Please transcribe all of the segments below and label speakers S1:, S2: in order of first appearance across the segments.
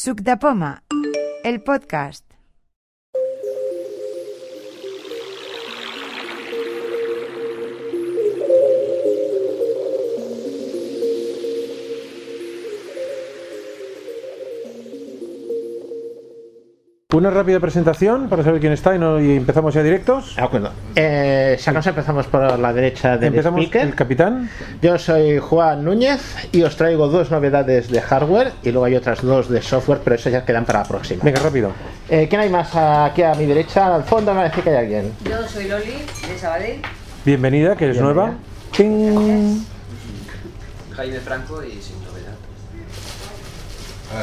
S1: Suc de poma, el podcast.
S2: Una rápida presentación para saber quién está y, no- y empezamos ya directos.
S3: De acuerdo. Eh, si acaso empezamos por la derecha del
S2: Empezamos
S3: speaker.
S2: el capitán.
S3: Yo soy Juan Núñez y os traigo dos novedades de hardware y luego hay otras dos de software, pero esas ya quedan para la próxima.
S2: Venga, rápido.
S3: Eh, ¿Quién hay más aquí a mi derecha? Al fondo me parece que hay alguien.
S4: Yo soy Loli, de Sabadell.
S2: Bienvenida, que eres
S3: Bienvenida.
S2: nueva. Ting.
S5: Jaime Franco y sin novedad.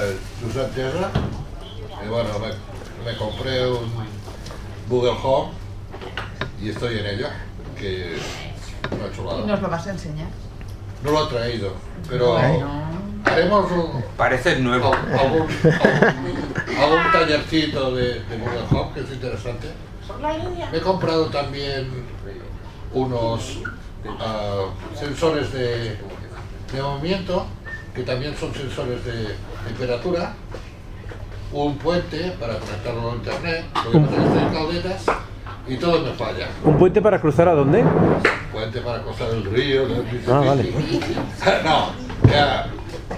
S6: el Josep Terra y bueno, me, me compré un Google Home y estoy en ella, que es una
S4: Y
S6: chulada.
S4: nos lo vas a enseñar.
S6: No lo ha traído, pero haremos un,
S5: Parece nuevo.
S6: algún, algún- algún tallercito de, de Google Home que es interesante. Me he comprado también unos ah, sensores de, de movimiento, que también son sensores de temperatura, un puente para conectarlo a internet, porque no tengo calderas y todo me falla.
S2: ¿Un puente para cruzar a dónde?
S6: Puente para cruzar el río, ¿no?
S2: Ah, vale.
S6: no, ya,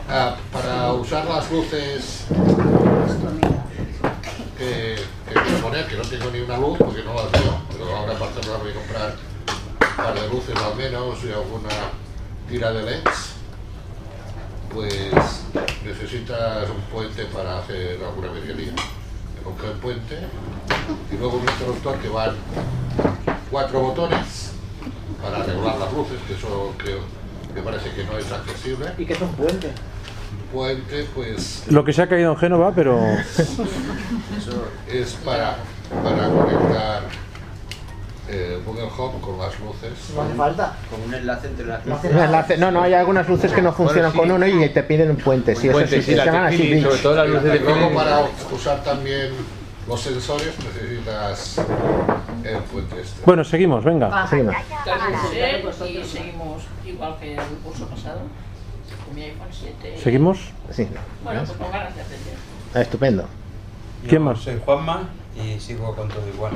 S6: ah, para usar las luces que, que quiero poner, que no tengo ni una luz porque no las veo, pero ahora para hacerla voy a comprar un par de luces al menos y alguna tira de LEDs. Pues necesitas un puente para hacer alguna virguería. Me compré el puente y luego un interruptor que van cuatro botones para regular las luces, que eso creo, me parece que no es accesible.
S3: ¿Y qué es un puente?
S6: Puente, pues
S2: Lo que se ha caído en Génova, pero
S6: es para, para conectar eh, Google Home con las luces.
S3: No hace falta.
S5: Con un enlace entre las
S3: Un enlace- No, no, hay algunas luces que no funcionan
S6: Bueno, sí.
S3: con uno y te piden un puente. Sí, eso
S7: puente,
S3: sí,
S7: sí,
S3: se
S7: la
S3: llaman así
S7: tecnología, sobre
S3: bridge.
S7: todo las
S6: Y
S7: luces de
S6: luego
S7: Philips.
S6: para usar también los sensores necesitas el puente este.
S2: bueno, seguimos, venga.
S3: Sí, no.
S8: y seguimos igual que el curso pasado con mi iPhone 7.
S2: Seguimos.
S3: Sí, no.
S8: Bueno, pues con ganas de aprender.
S3: Ah, Estupendo.
S2: ¿Quién más?
S7: Soy Juanma y sigo con todo igual.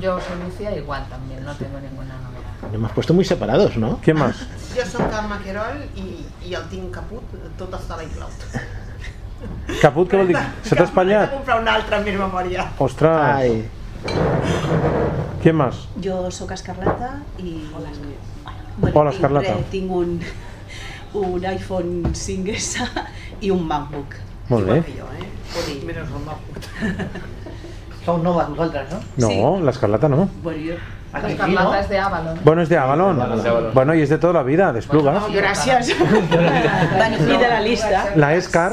S4: Yo soy Lucia, igual también, no tengo ninguna novedad.
S3: Nos hemos puesto muy separados, ¿no?
S2: ¿Quién más?
S9: Jo sóc Carme Querol i, i el tinc caput tot està a l'iCloud.
S2: Caput, què vol dir? Se
S9: He
S2: t'ha
S9: de
S2: espatllat?
S9: comprar una altra en memòria.
S2: Ostres.
S3: Ay,
S2: ¿Quién más?
S10: Jo sóc Escarlata i... Hola,
S2: Hola, Escarlata.
S10: Tinc, eh, tinc un, un iPhone 5S i un MacBook.
S2: Molt bé.
S9: Jo, eh? Ui, menos el meu puto.
S3: Son nuevas nosotras, ¿no?
S2: No, la escarlata no.
S10: Bueno, jo...
S4: Las carlatas de Avalon.
S2: Bueno, es de Avalon. Bueno, y es de toda la vida, de Esplugas.
S9: Gràcies.
S10: Benefici de la llista.
S2: La Escar,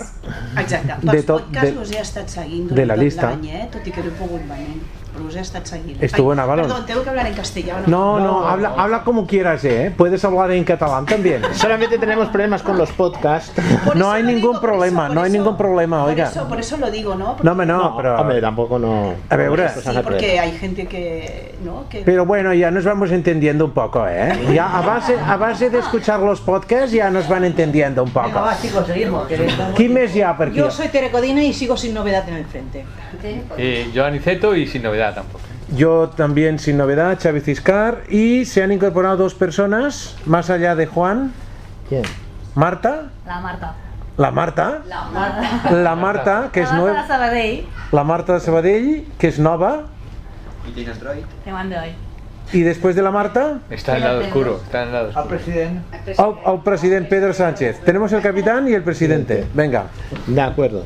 S10: Exacte.
S2: De
S10: Pels
S2: tot-
S10: podcasts
S2: de-
S10: us he estat seguint
S2: de
S10: durant
S2: la
S10: tot
S2: lista.
S10: l'any, eh? tot i que no he pogut venir. Però us he estat seguint.
S2: Estuvo en
S10: Ai,
S2: Avalon.
S10: Perdón, tengo que hablar en castellano.
S2: no, no, habla, habla como quieras, eh. Puedes hablar en catalán también.
S3: Solamente tenemos problemas con los podcasts.
S10: Por
S2: no
S10: eso
S2: hay
S10: lo
S2: ningún
S10: digo, por
S2: problema,
S10: eso, por
S2: no hay
S10: eso.
S2: ningún problema,
S10: Por
S2: oiga.
S10: eso- por eso lo digo, ¿no?
S2: No, hombre, no, pero...
S3: Hombre, tampoco no.
S2: A veure.
S3: Esas
S10: Sí,
S3: cosas no
S10: porque hay gente que... ¿no? que
S2: Pero bueno, ya nos vamos entendiendo un poco, ¿eh? Ya a base, a base de escuchar los podcasts ya nos van entendiendo un poco.
S10: chicos, seguimos.
S2: ¿Quién es ya per aquí?
S11: Yo soy Tere Codina y sigo sin novedad en el frente.
S7: Eh, Y yo Aniceto y sin novedad tampoco.
S2: Yo también, sin novedad, Xavi Ciscar. Y se han incorporado dos personas, más allá de Juan.
S3: ¿Quién?
S2: Marta.
S8: La Marta.
S2: La Marta. La Marta. La Marta, que és nova.
S8: Sabadell.
S2: La Marta de Sabadell, que es nova.
S5: y tiene Android.
S8: Te mando hoy.
S2: Y después de la Marta,
S7: Está en el lado oscuro, está en el lado oscuro.
S2: al, presidente Pedro Sánchez. Tenemos el capitán y el presidente. Venga.
S3: De acuerdo.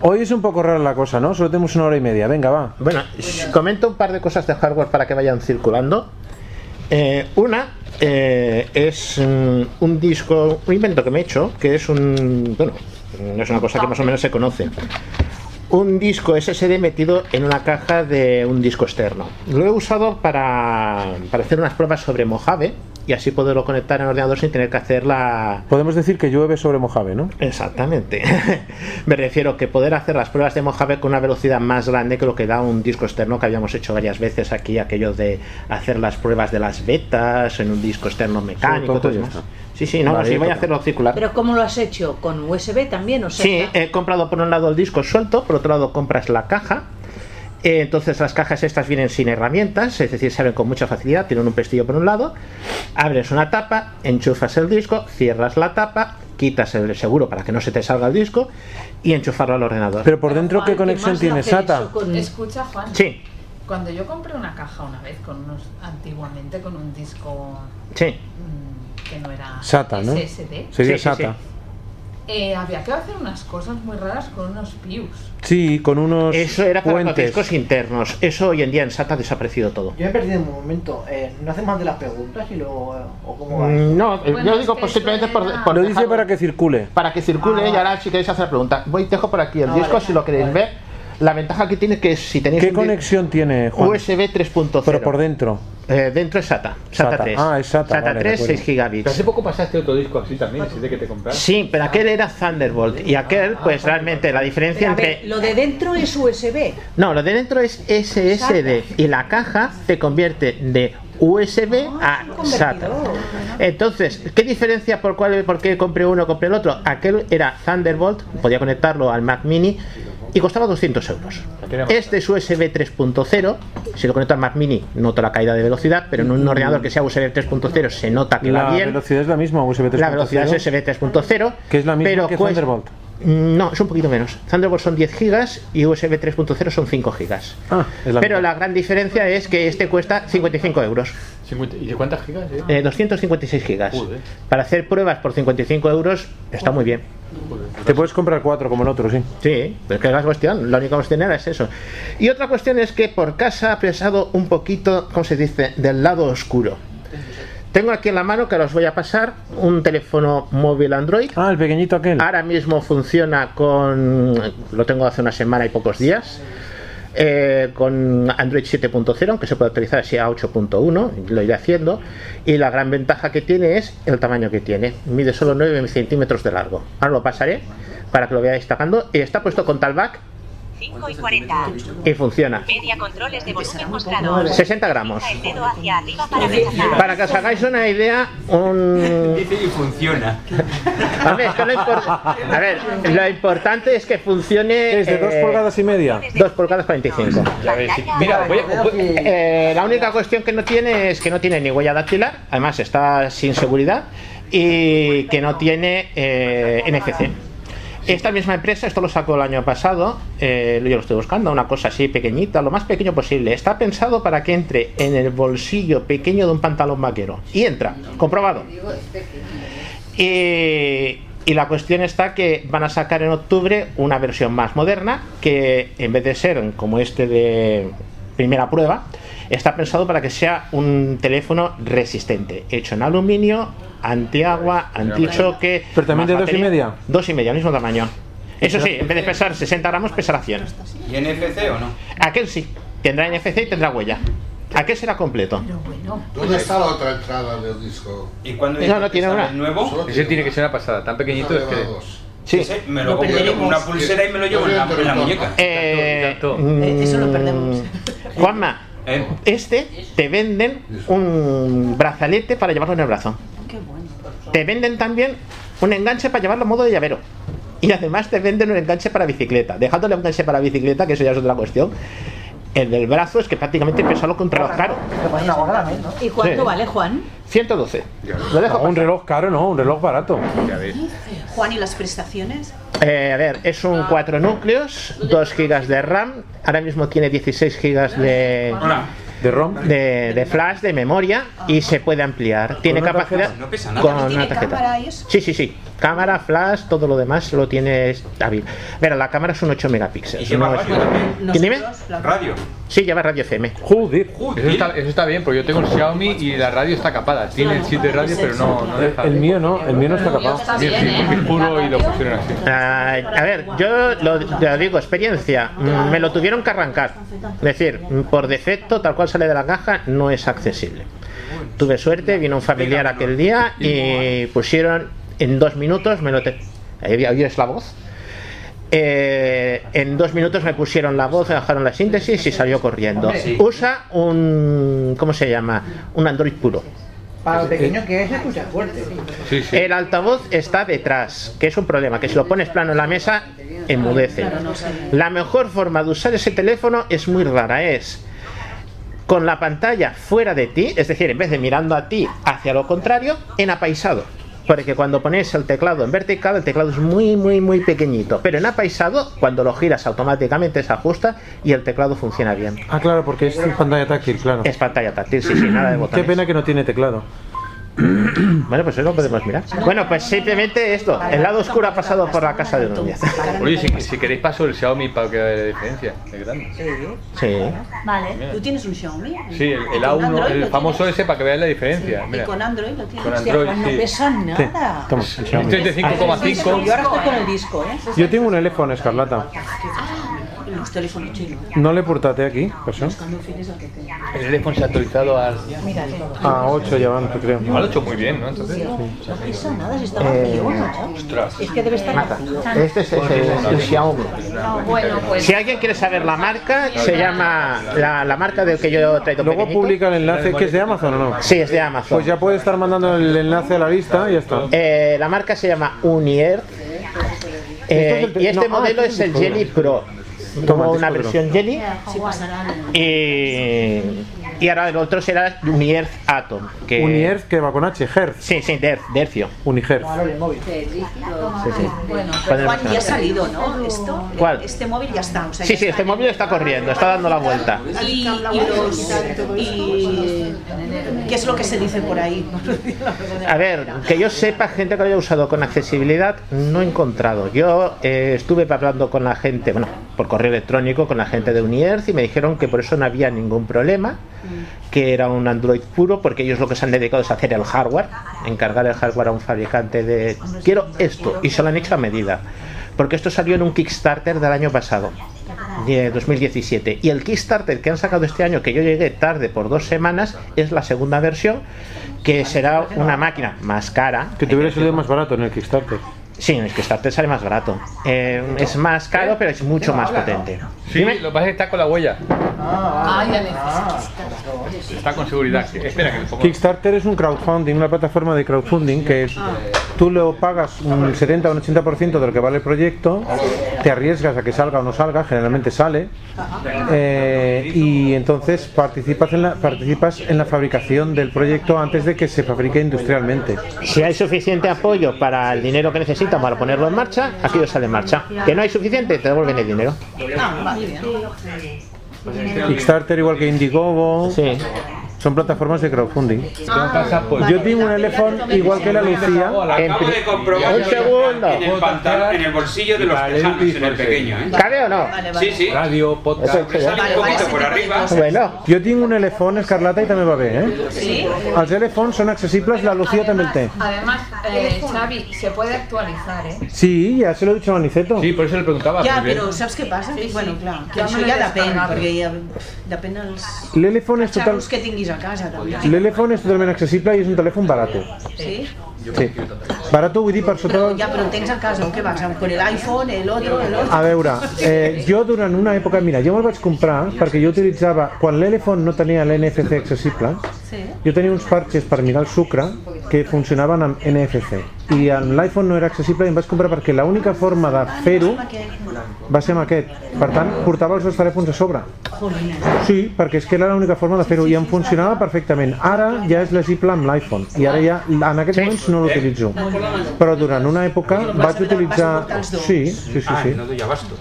S2: Hoy es un poco rara la cosa, ¿no? Solo tenemos una hora y media. Venga, va.
S3: Bueno, sh- comento un par de cosas de hardware para que vayan circulando. Eh, una eh, es mm, un disco, un invento que me he hecho, que es un. Bueno, no es una cosa que más o menos se conoce. Un disco SSD metido en una caja de un disco externo. Lo he usado para, para hacer unas pruebas sobre Mojave, y así poderlo conectar en el ordenador sin tener que hacer la...
S2: Podemos decir que llueve sobre Mojave, ¿no?
S3: Exactamente. Me refiero que poder hacer las pruebas de Mojave con una velocidad más grande que lo que da un disco externo que habíamos hecho varias veces aquí, aquello de hacer las pruebas de las betas en un disco externo mecánico.
S2: tonto
S3: todo
S2: ya
S3: demás.
S2: está.
S3: Sí, sí, no,
S2: Vale,
S3: no, sí,
S2: ya
S3: voy a
S2: toca.
S3: hacerlo circular.
S11: Pero ¿cómo lo has hecho? ¿Con USB también? O sea,
S3: Sí,
S11: está-
S3: he comprado por un lado el disco suelto, por otro lado compras la caja. Eh, entonces las cajas estas vienen sin herramientas, es decir, se abren con mucha facilidad, tienen un pestillo por un lado, abres una tapa, enchufas el disco, cierras la tapa, quitas el seguro para que no se te salga el disco y enchufarlo al ordenador.
S2: Pero por dentro, ¿qué conexión tiene SATA?
S4: Mm. Escucha, Juan.
S3: Sí.
S4: Cuando yo compré una caja una vez con unos antiguamente con un disco
S3: Sí.
S4: mm, que no era
S2: SATA, ¿no?
S4: SSD,
S2: Sería
S3: Sí, sí,
S2: SATA.
S4: eh, había que hacer unas cosas muy raras con unos pius.
S2: Sí, con unos
S3: Eso era para los
S2: puentes.
S3: discos internos, eso hoy en día en SATA ha desaparecido todo.
S12: Yo me he perdido un momento. Eh, ¿No hacemos más de las preguntas y luego... eh, ¿O cómo va?
S3: Mm, No, eh,
S12: Bueno,
S3: yo
S12: es
S3: digo
S12: que
S3: pues, simplemente por, por
S2: Lo dice
S3: dejarlo-
S2: para que circule.
S3: para que circule
S2: Ah.
S3: y ahora si queréis hacer la pregunta. Voy dejo por aquí el
S2: Ah,
S3: disco
S2: vale,
S3: si lo queréis ver. La ventaja que tiene que es si tenéis
S2: ¿Qué
S3: un di-
S2: conexión tiene, Juan?
S3: USB 3.0.
S2: Pero por dentro.
S3: Eh, dentro es SATA, SATA,
S2: SATA.
S3: 3.
S2: Ah, es SATA, vale, de
S3: 3,
S2: acuerdo.
S3: 6 gigabits.
S7: Hace poco pasaste otro disco así también, ese de que te Ah, compraste.
S3: Sí, pero aquel era Thunderbolt y aquel, pues realmente
S7: ah.
S3: la diferencia
S11: Pero, a ver,
S3: entre...
S11: lo de dentro es USB.
S3: No, lo de dentro es SSD y la caja te convierte de USB
S7: Ah,
S3: a SATA. Entonces, ¿qué diferencia por cuál por qué compré uno compré el otro? Aquel era Thunderbolt, podía conectarlo al Mac Mini y costaba 200 euros. Este es USB 3.0, si lo conecto al Mac Mini noto la caída de velocidad, pero en un ordenador que sea USB 3.0 se nota que
S2: Mm. La
S3: va bien.
S2: velocidad es la misma, USB 3.0.
S3: La velocidad es USB 3.0,
S2: Que es la misma
S3: pero
S2: que
S3: cuesta-
S2: Thunderbolt.
S3: Mm, No, es un poquito menos. Thunderbolt son 10 gigas y USB 3.0 son 5 gigas.
S2: Ah, es la
S3: Pero la gran diferencia es que este cuesta 55 euros.
S7: ¿Y de cuántas gigas? eh?
S3: Eh, 256 gigas.
S7: Joder.
S3: Para hacer pruebas por 55 euros está muy bien.
S2: Te puedes comprar cuatro como el otro, sí.
S3: Sí, pero es que es la cuestión, la única cuestión era es eso. Y otra cuestión es que por casa ha pesado un poquito, ¿cómo se dice?, del lado oscuro. Tengo aquí en la mano, que ahora os voy a pasar, un teléfono móvil Android.
S2: Ah, el pequeñito aquel.
S3: Ahora mismo funciona con... Lo tengo hace una semana y pocos días. eh, con Android 7.0, aunque se puede actualizar así a 8.1, lo iré haciendo. Y la gran ventaja que tiene es el tamaño que tiene. Mide solo 9 centímetros de largo. Ahora lo pasaré para que lo veáis tacando. Y está puesto con talback
S13: 5 y 40.
S3: y funciona.
S13: Media controles de volumen mostrado.
S3: 60 gramos.
S13: El dedo hacia arriba para rechazar.
S3: Para que os hagáis una idea, un...
S5: Dice y funciona.
S3: A ver, es que lo, impor- a ver, lo importante es que funcione...
S2: Es de dos pulgadas y media.
S3: 2 pulgadas 45.
S7: Mira, voy a- voy-
S3: Eh, la única cuestión que no tiene es que no tiene ni huella dactilar, además está sin seguridad y que no tiene eh, NFC. Esta misma empresa, esto lo sacó el año pasado, eh, yo lo estoy buscando, una cosa así pequeñita, lo más pequeño posible. Está pensado para que entre en el bolsillo pequeño de un pantalón vaquero. Y entra, comprobado. ¿eh? Y, y la cuestión está que van a sacar en octubre una versión más moderna que en vez de ser como este de primera prueba, está pensado para que sea un teléfono resistente, hecho en aluminio, antiagua, antichoque.
S2: Pero también
S3: más
S2: de dos y
S3: batería.
S2: media.
S3: Dos y media, el mismo tamaño. Eso sí, en vez de pesar 60 gramos, pesará 100.
S5: ¿Y NFC o no?
S3: Aquel sí, tendrá NFC y tendrá huella. Aquel será completo.
S6: ¿Dónde está la otra entrada del disco?
S5: ¿Y cuándo
S3: No, no tiene una.
S5: nuevo?
S7: Ese tiene que ser una pasada, tan pequeñito es que.
S3: Sí.
S5: Ese me lo, compro yo con una pulsera y me lo llevo en la, en la muñeca.
S3: Eh, eso lo perdemos. Juanma,
S5: Eh.
S3: este te venden un brazalete para llevarlo en el brazo.
S10: Qué bueno.
S3: Te venden también un enganche para llevarlo a modo de llavero. Y además te venden un enganche para bicicleta. Dejándole un enganche para bicicleta, que eso ya es otra cuestión. El del brazo es que prácticamente pesa lo que un reloj caro.
S11: ¿Y cuánto
S3: Sí.
S11: vale, Juan?
S3: 112. Lo
S2: No,
S3: dejo
S2: un reloj caro, no, un reloj barato.
S10: Juan, ¿y las prestaciones?
S3: Eh, a ver, es
S2: Ah.
S3: un 4 núcleos, 2 gigas de RAM, ahora mismo tiene 16 gigas de...
S2: ¿De ROM?
S3: De, flash, de memoria y se puede ampliar. Tiene
S2: una tarjeta?
S3: capacidad
S2: No
S5: pesa
S2: nada.
S3: con
S2: ¿Pero tiene
S3: una tarjeta.
S2: cámara y eso?
S3: Sí, sí, sí. Cámara, flash, todo lo demás lo tiene hábil. Mira, la cámara son 8 megapíxeles.
S5: lleva
S3: no es-
S5: radio también.
S3: ¿Quién dime?
S5: Radio.
S3: Sí, lleva radio FM.
S7: Eso está, eso está bien, porque yo tengo un Xiaomi y la radio está capada. Tiene el chip de radio, pero no, no deja.
S2: El mío no, el mío no está ¿eh? capaz.
S7: Sí, sí,
S3: ¿eh?
S7: es puro y lo pusieron así.
S3: Ah, a ver, yo lo, lo digo, experiencia. mm, Me lo tuvieron que arrancar. Es decir, mm, por defecto, tal cual sale de la caja, no es accesible. Tuve suerte, vino un familiar aquel día y pusieron en dos minutos, me lo te... ahí ¿Oyes la voz? Eh, en dos minutos me pusieron la voz, me bajaron la síntesis y salió corriendo.
S12: Hombre.
S3: Usa un... ¿Cómo se llama? Un Android puro.
S12: Para lo pequeño que es, escucha fuerte.
S3: El altavoz está detrás, que es un problema, que si lo pones plano en la mesa, enmudece. La mejor forma de usar ese teléfono es muy rara, es con la pantalla fuera de ti, es decir, en vez de mirando a ti hacia lo contrario, en apaisado. Porque cuando pones el teclado en vertical, el teclado es muy, muy, muy pequeñito. Pero en apaisado, cuando lo giras automáticamente se ajusta y el teclado funciona bien.
S2: Ah, claro, porque es pantalla táctil, claro.
S3: Es pantalla táctil, sí, sí, nada de botones.
S2: Qué pena que no tiene teclado.
S3: Bueno, pues eso lo podemos mirar. Bueno, pues simplemente esto. El lado oscuro ha pasado por la casa de Núñez.
S7: Oye, si, si queréis paso el Xiaomi para que vea la diferencia. Es grande.
S3: Sí.
S10: Vale, ¿tú tienes un Xiaomi?
S7: Sí, el, el
S10: ¿Con Android
S7: A1,
S10: lo
S7: el famoso ese para que veáis la diferencia.
S10: tienes?
S7: Mira.
S10: ¿Y con Android lo tienes?
S7: Con Android,
S10: Hostia, Juan,
S7: sí.
S10: no pesa nada.
S7: Este es
S2: Ah,
S7: de 5,5.
S10: Yo ahora estoy con el disco, ¿eh?
S2: Yo tengo un elefant escarlata.
S10: Los teléfonos chinos.
S2: No l'he portat eh, aquí, per això.
S10: Cuando fines el que tengo.
S7: El teléfono se ha actualizado al.
S10: Mira, que-
S2: A 8 ja Ah, van, creo.
S7: Igual lo ha hecho muy bien, ¿no? Entonces.
S10: no pesa nada, si está vacío, ¿no?
S7: Ostras.
S10: Es que debe estar
S3: Mata.
S10: vacío.
S3: Eh, Este es el, el Xiaomi. Si alguien quiere saber la marca, se llama la, la marca del que yo he traído.
S2: Luego
S3: pequeñito.
S2: publica el enlace, que es de Amazon o no?
S3: Sí, es de Amazon.
S2: Pues ya puede estar mandando el enlace a la lista y ya está.
S3: Eh, la marca se llama Unier
S2: Esto es el-
S3: y este
S2: no, ah,
S3: modelo
S2: este
S3: es el Jelly Pro.
S2: Toma,
S3: Como una
S2: disculpa.
S3: versión Jelly
S10: Sí, pasará.
S3: y, y ahora el otro será Unier Atom. Que...
S2: Unierz que va con H, Herz.
S3: Sí, sí, Dercio.
S2: Uniherz.
S10: este
S3: Sí, sí.
S10: Bueno,
S3: Cuando
S10: Juan,
S3: no
S10: ya ha
S3: está.
S10: salido, ¿no? Esto,
S3: ¿Cuál?
S10: Este móvil ya está. O sea,
S3: Sí,
S10: ya
S3: sí,
S10: está.
S3: este móvil está corriendo, está dando la vuelta.
S10: Y, y los. Y, ¿Qué es lo que se dice por ahí?
S3: A ver, que yo sepa, gente que lo haya usado con accesibilidad, no he encontrado. Yo eh, estuve hablando con la gente, bueno, por correo electrónico, con la gente de Unierth y me dijeron que por eso no había ningún problema, que era un Android puro, porque ellos lo que se han dedicado es hacer el hardware, encargar el hardware a un fabricante de quiero esto, y se lo han hecho a medida. Porque esto salió en un Kickstarter del año pasado, de 2017. Y el Kickstarter que han sacado este año, que yo llegué tarde por dos semanas, es la segunda versión, que será una máquina más cara.
S2: Que te hubiera salido más barato en el Kickstarter.
S3: Sí, en el Kickstarter sale más barato. Eh, es más caro, pero es mucho más potente.
S7: Sí, lo que pasa es que está con la huella.
S4: Ah, ya necesitas.
S7: Está con seguridad. Espera que le pongo.
S2: Kickstarter es un crowdfunding, una plataforma de crowdfunding que es, tú le pagas un 70 o un 80% de lo que vale el proyecto, te arriesgas a que salga o no salga, generalmente sale, eh, y entonces participas en, la, participas en la fabricación del proyecto antes de que se fabrique industrialmente.
S3: Si hay suficiente apoyo para el dinero que necesitan para ponerlo en marcha, aquello sale en marcha. Que no hay suficiente, te devuelven el dinero.
S10: Ah, vale, bien.
S2: Kickstarter igual que Indiegogo, son plataformas de crowdfunding.
S5: Ah,
S2: Yo tengo un elefón igual que la Lucía.
S5: Acabo de comprobar
S2: Un
S5: que había
S2: segundo.
S5: en el, pantalón, en el bolsillo de los tejanos, en el pequeño. ¿eh?
S3: ¿Cabe o no?
S5: Sí, sí.
S7: Radio,
S2: Eso
S5: Sale un poquito por arriba.
S3: Bueno.
S2: Jo tinc un elefant escarlata i també va bé, eh?
S4: Sí?
S2: Els elefants són accessibles, la Lucía també el té.
S4: Además, eh, Xavi, se puede actualizar, ¿eh?
S2: Sí, ja se lo he dicho a Maniceto.
S7: Sí, por eso le preguntaba.
S10: Ya, pero ¿sabes qué pasa? bueno, claro, que
S4: Ya
S10: això
S4: me l'he
S10: ja depèn,
S4: descarregat.
S10: perquè ja depèn els
S2: L'elefant és, total...
S10: xarros que tinguis a casa, també.
S2: l'elefant és totalment accessible i és un telèfon barato.
S10: Sí?
S2: Sí. Barato vull dir per sota del...
S10: Ya, pero el tens a casa, o què vas? Amb- Con el iPhone, el otro, el otro...
S2: A veure, eh, jo durant una època, mira, jo me'l vaig comprar perquè jo utilitzava, quan l'elefant no tenia l'NFC accessible, jo tenia uns parxes per mirar el sucre que funcionaven amb NFC i amb l'iPhone no era accessible i em vaig comprar perquè l'única forma de fer-ho va ser amb aquest. Per tant, portava els dos telèfons a sobre. Sí, perquè és que era l'única forma de fer-ho i em funcionava perfectament. Ara ja és legible amb l'iPhone i ara ja en aquests moments no l'utilitzo. Però durant una època vaig utilitzar... Sí, sí, sí,
S5: Ah,
S2: sí.
S5: no doy abasto.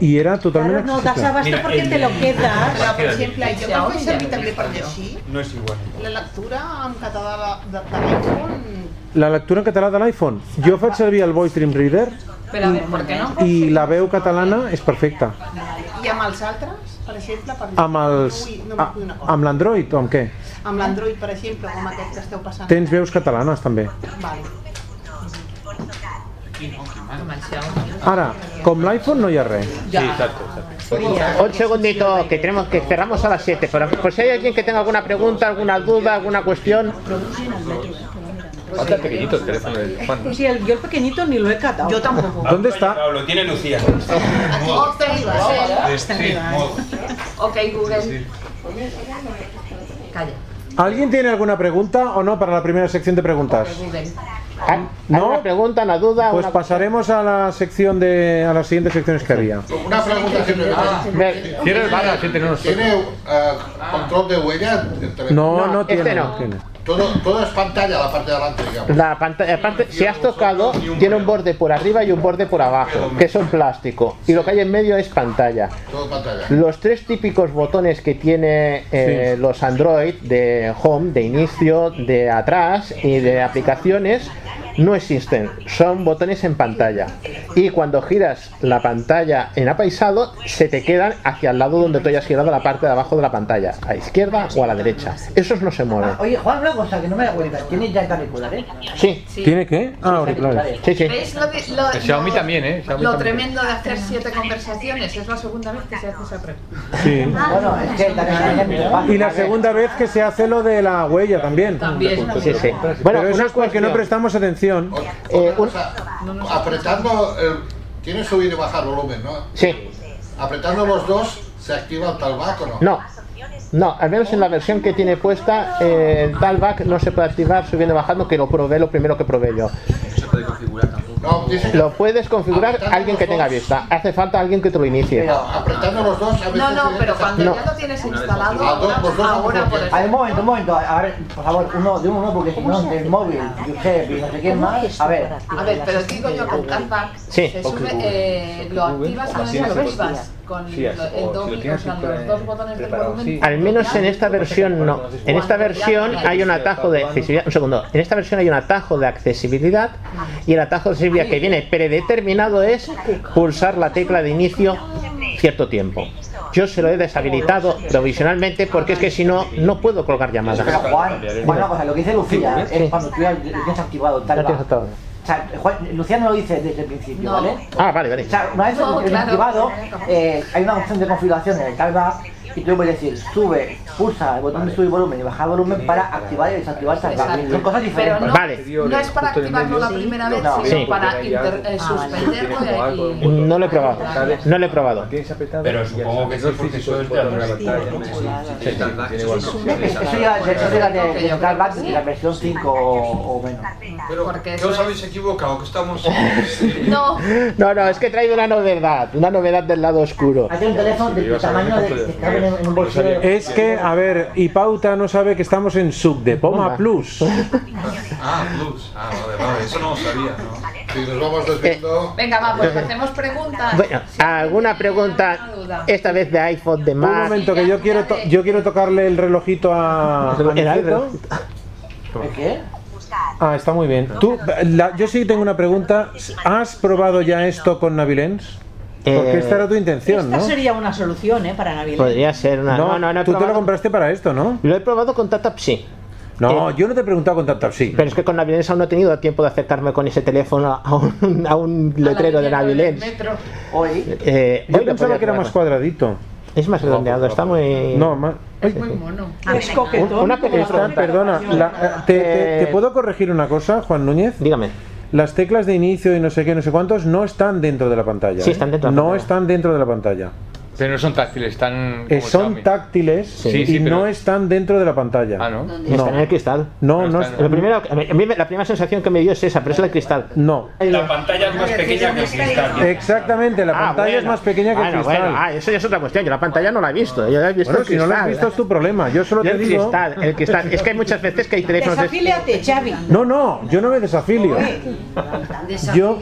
S2: I era totalment
S11: No das
S2: accessible.
S11: abasto porque te lo quedas.
S9: Però, per exemple, jo quan faig servir també per llegir,
S5: No es igual.
S9: la lectura en català de, de, de l'iPhone...
S2: La lectura en català de l'iPhone. Jo faig servir el Voice Dream Reader
S4: Pero a ver, ¿por qué no?
S2: i la veu catalana és perfecta.
S9: I amb els altres, per exemple, per
S2: Amb els...
S9: No, vull- no
S2: a-
S9: m'acudo una cosa.
S2: Amb l'Android o amb què?
S9: Amb l'Android, per exemple, o amb aquest que esteu passant.
S2: Tens veus catalanes també.
S9: Vale.
S2: Ara, com l'iPhone no hi ha res.
S3: Sí, exacto, Un segundito, que tenemos que cerramos a las 7. Pero por si hay alguien que tenga alguna pregunta, alguna duda, alguna cuestión.
S7: Falta pequeñito el teléfono de Juan.
S11: Sí, el- yo el pequeñito ni lo he catado. Yo tampoco.
S2: ¿Dónde está?
S5: Lo tiene Lucía.
S4: Hasta arriba, sí.
S2: Sí,
S14: este
S4: Ok, Google. Calla.
S2: ¿Alguien tiene alguna pregunta o no para la primera sección de preguntas?
S4: Google.
S2: ¿No?
S3: Una Ah, pregunta, una duda.
S2: Pues
S3: una-
S2: pasaremos a la sección de a las siguientes secciones que había.
S6: Una pregunta que me
S3: Ah,
S7: Cierra el bar, así tenemos-
S6: ¿Tiene ah, control de huella? el teléfono?
S2: No, no, tiene.
S3: este no.
S2: tiene.
S6: Todo, todo es pantalla la parte de adelante, digamos.
S3: La pantalla, aparte, si has tocado, tiene un borde por arriba y un borde por abajo, que son plástico. Y lo que hay en medio es pantalla.
S6: Todo pantalla.
S3: Los tres típicos botones que tiene eh, los Android de home, de inicio, de atrás y de aplicaciones no existen, son botones en pantalla. Y cuando giras la pantalla en apaisado, se te quedan hacia el lado donde tú hayas girado la parte de abajo de la pantalla, a la izquierda o a la derecha. Esos no se mueven.
S12: Oye, Juan, una cosa que no me da cuenta. ¿Tienes ya ¿eh? auriculares?
S3: Sí.
S2: ¿Tiene qué? Ah,
S3: auriculares. Sí, sí.
S4: ¿Veis lo, de- lo-
S7: El Xiaomi
S4: lo-
S7: también, ¿eh? Xiaomi
S4: lo
S7: también.
S4: tremendo de hacer siete conversaciones? Es la segunda vez que se hace esa pregunta.
S2: Sí.
S3: Ah,
S12: Bueno, es que
S2: Y la segunda vez que se hace lo de la huella también.
S6: También.
S3: Sí, sí. Bueno,
S2: Pero eso
S3: una
S2: es porque no
S3: cuestión.
S2: prestamos atención.
S6: Apretando, el, tiene subir y bajar volumen, ¿no?
S3: Sí.
S6: Apretando los dos, ¿se activa el talbac o no?
S3: No, no, al menos en la versión que tiene puesta, eh, el talback no se puede activar subiendo y bajando, que lo probé, lo primero que probé yo.
S6: No, dice
S3: Lo puedes configurar alguien que tenga vista, hace falta alguien que te lo inicie.
S6: apretando los dos, a veces...
S4: No, no, pero cuando
S3: No.
S4: ya lo tienes instalado,
S6: Ah, dos, por dos,
S4: ahora por
S6: por
S4: el...
S12: A ver, un momento, un momento. A ver, por favor, uno de uno, porque si no, del móvil, Josep y no sé quién más. A ver.
S4: A ver, pero digo yo, con Talkback
S12: Sí.
S4: se
S12: Ok,
S4: sube,
S12: Google.
S4: eh, lo
S12: Google,
S4: activas
S12: o
S4: con
S12: así
S4: el
S12: no se
S4: Talkback,
S12: puede.
S4: con
S12: Sí, así,
S4: lo-
S12: o
S4: el
S12: si lo
S4: doble, o
S12: tienes
S4: sea,
S12: siempre
S4: los dos botones del volumen.
S3: Al menos en esta versión no. En esta versión hay un atajo de accesibilidad. Un segundo. En esta versión hay un atajo de accesibilidad y el atajo de accesibilidad que viene predeterminado es pulsar la tecla de inicio cierto tiempo. Yo se lo he deshabilitado provisionalmente porque es que si no, no puedo colgar llamadas.
S12: Pero Juan, Juan, una cosa, lo que dice Lucía
S3: Sí.
S12: es cuando tú ya lo tienes activado
S3: No
S12: talback.
S3: tienes atado.
S12: O sea, Juan- Lucía no lo dice desde el principio,
S3: No.
S12: ¿vale?
S3: Ah, vale, vale.
S12: O sea, una vez
S4: No,
S12: lo tienes
S4: claro.
S12: activado, eh, hay una opción de configuración en el talback y tú le puedes decir, sube, pulsa el botón de subir volumen y bajar volumen para activar y desactivar talback.
S4: Exacto.
S12: Son cosas diferentes.
S4: Pero no, no es para activarlo la primera vez,
S12: No. Ah,
S4: sino
S3: Sí.
S4: para inter- eh, suspenderlo y aquí.
S3: Mm, No lo he probado. No lo he probado.
S5: Pero supongo que sí, porque eso es de la
S12: Eso ya eso era de, de talback de la versión 5 o, o menos.
S4: Porque
S14: no os habéis equivocado, que estamos.
S4: No.
S3: No, no, es que he traído una novedad, una novedad del lado oscuro.
S12: Hay un teléfono de, de tamaño de, que cabe en en un bolsillo.
S2: Es que, a ver, y Pauta no sabe que estamos en Sub de Poma Plus.
S14: Ah, plus. Ah, vale, vale, eso no lo sabía, ¿no?
S6: Si nos vamos desviando.
S4: Venga, va, pues hacemos preguntas.
S3: Eh, Bueno, ¿alguna pregunta esta vez de iPhone, de
S2: Un
S3: Mac?
S2: momento, que yo quiero, to- yo quiero tocarle el relojito a. a
S3: Era el
S2: Niceto.
S3: relojito.
S12: ¿Qué?
S2: Ah, está muy bien. Tú, la- yo sí tengo una pregunta. ¿Has probado ya esto con Navilens? Porque
S3: Eh,
S2: esta era tu intención,
S11: Esta
S2: ¿no? Pues,
S11: sería una solución, ¿eh? Para Navidad.
S3: Podría ser una. No, no, no. he
S2: Tú te lo
S3: probado-
S2: compraste para esto, ¿no?
S3: Lo he probado con TapTap, sí.
S2: No, yo no te he preguntado con TapTap, sí.
S3: Pero es que con Navilens aún no he tenido tiempo de acercarme con ese teléfono a un, a un letrero de Navilens.
S12: Hoy.
S3: Eh,
S2: Yo
S3: hoy lo
S2: pensaba
S3: podía
S2: que era
S3: probar.
S2: más cuadradito.
S3: Es más redondeado, está muy.
S2: No, más. Ah,
S11: Es coquetón.
S3: Una pequeña
S2: Están,
S3: pregunta.
S2: perdona, la- eh, te, te- te puedo corregir una cosa, Juan Núñez?
S3: Dígame.
S2: Las teclas de inicio y no sé qué, no sé cuántos, no están dentro de la pantalla.
S3: Sí,
S2: ¿eh?
S3: están dentro de la
S2: No
S3: pantalla.
S2: están dentro de la pantalla.
S7: Pero no son táctiles, están.
S2: Eh, son táctiles
S7: Sí,
S2: y
S7: sí, pero-
S2: no están dentro de la pantalla. Ah,
S7: ¿no?
S3: Está en el cristal.
S2: No, no.
S3: Lo primero, a mí- a mí la primera sensación que me dio es esa, pero es el cristal.
S2: No.
S5: La pantalla es más pequeña que el cristal.
S2: Exactamente, la pantalla es más pequeña que el
S3: Ah, Bueno,
S2: cristal.
S3: bueno, ah, eso ya es otra cuestión. Yo la pantalla no la he visto. Yo la he visto
S2: Bueno,
S3: el
S2: si no lo has
S3: cristal.
S2: visto es tu problema. Yo solo
S3: Yo
S2: te
S3: el
S2: digo.
S3: cristal, el cristal. Es que hay muchas veces que hay teléfonos. de-
S11: Desafíliate, Xavi.
S2: No, no, yo no me desafilio. Yo,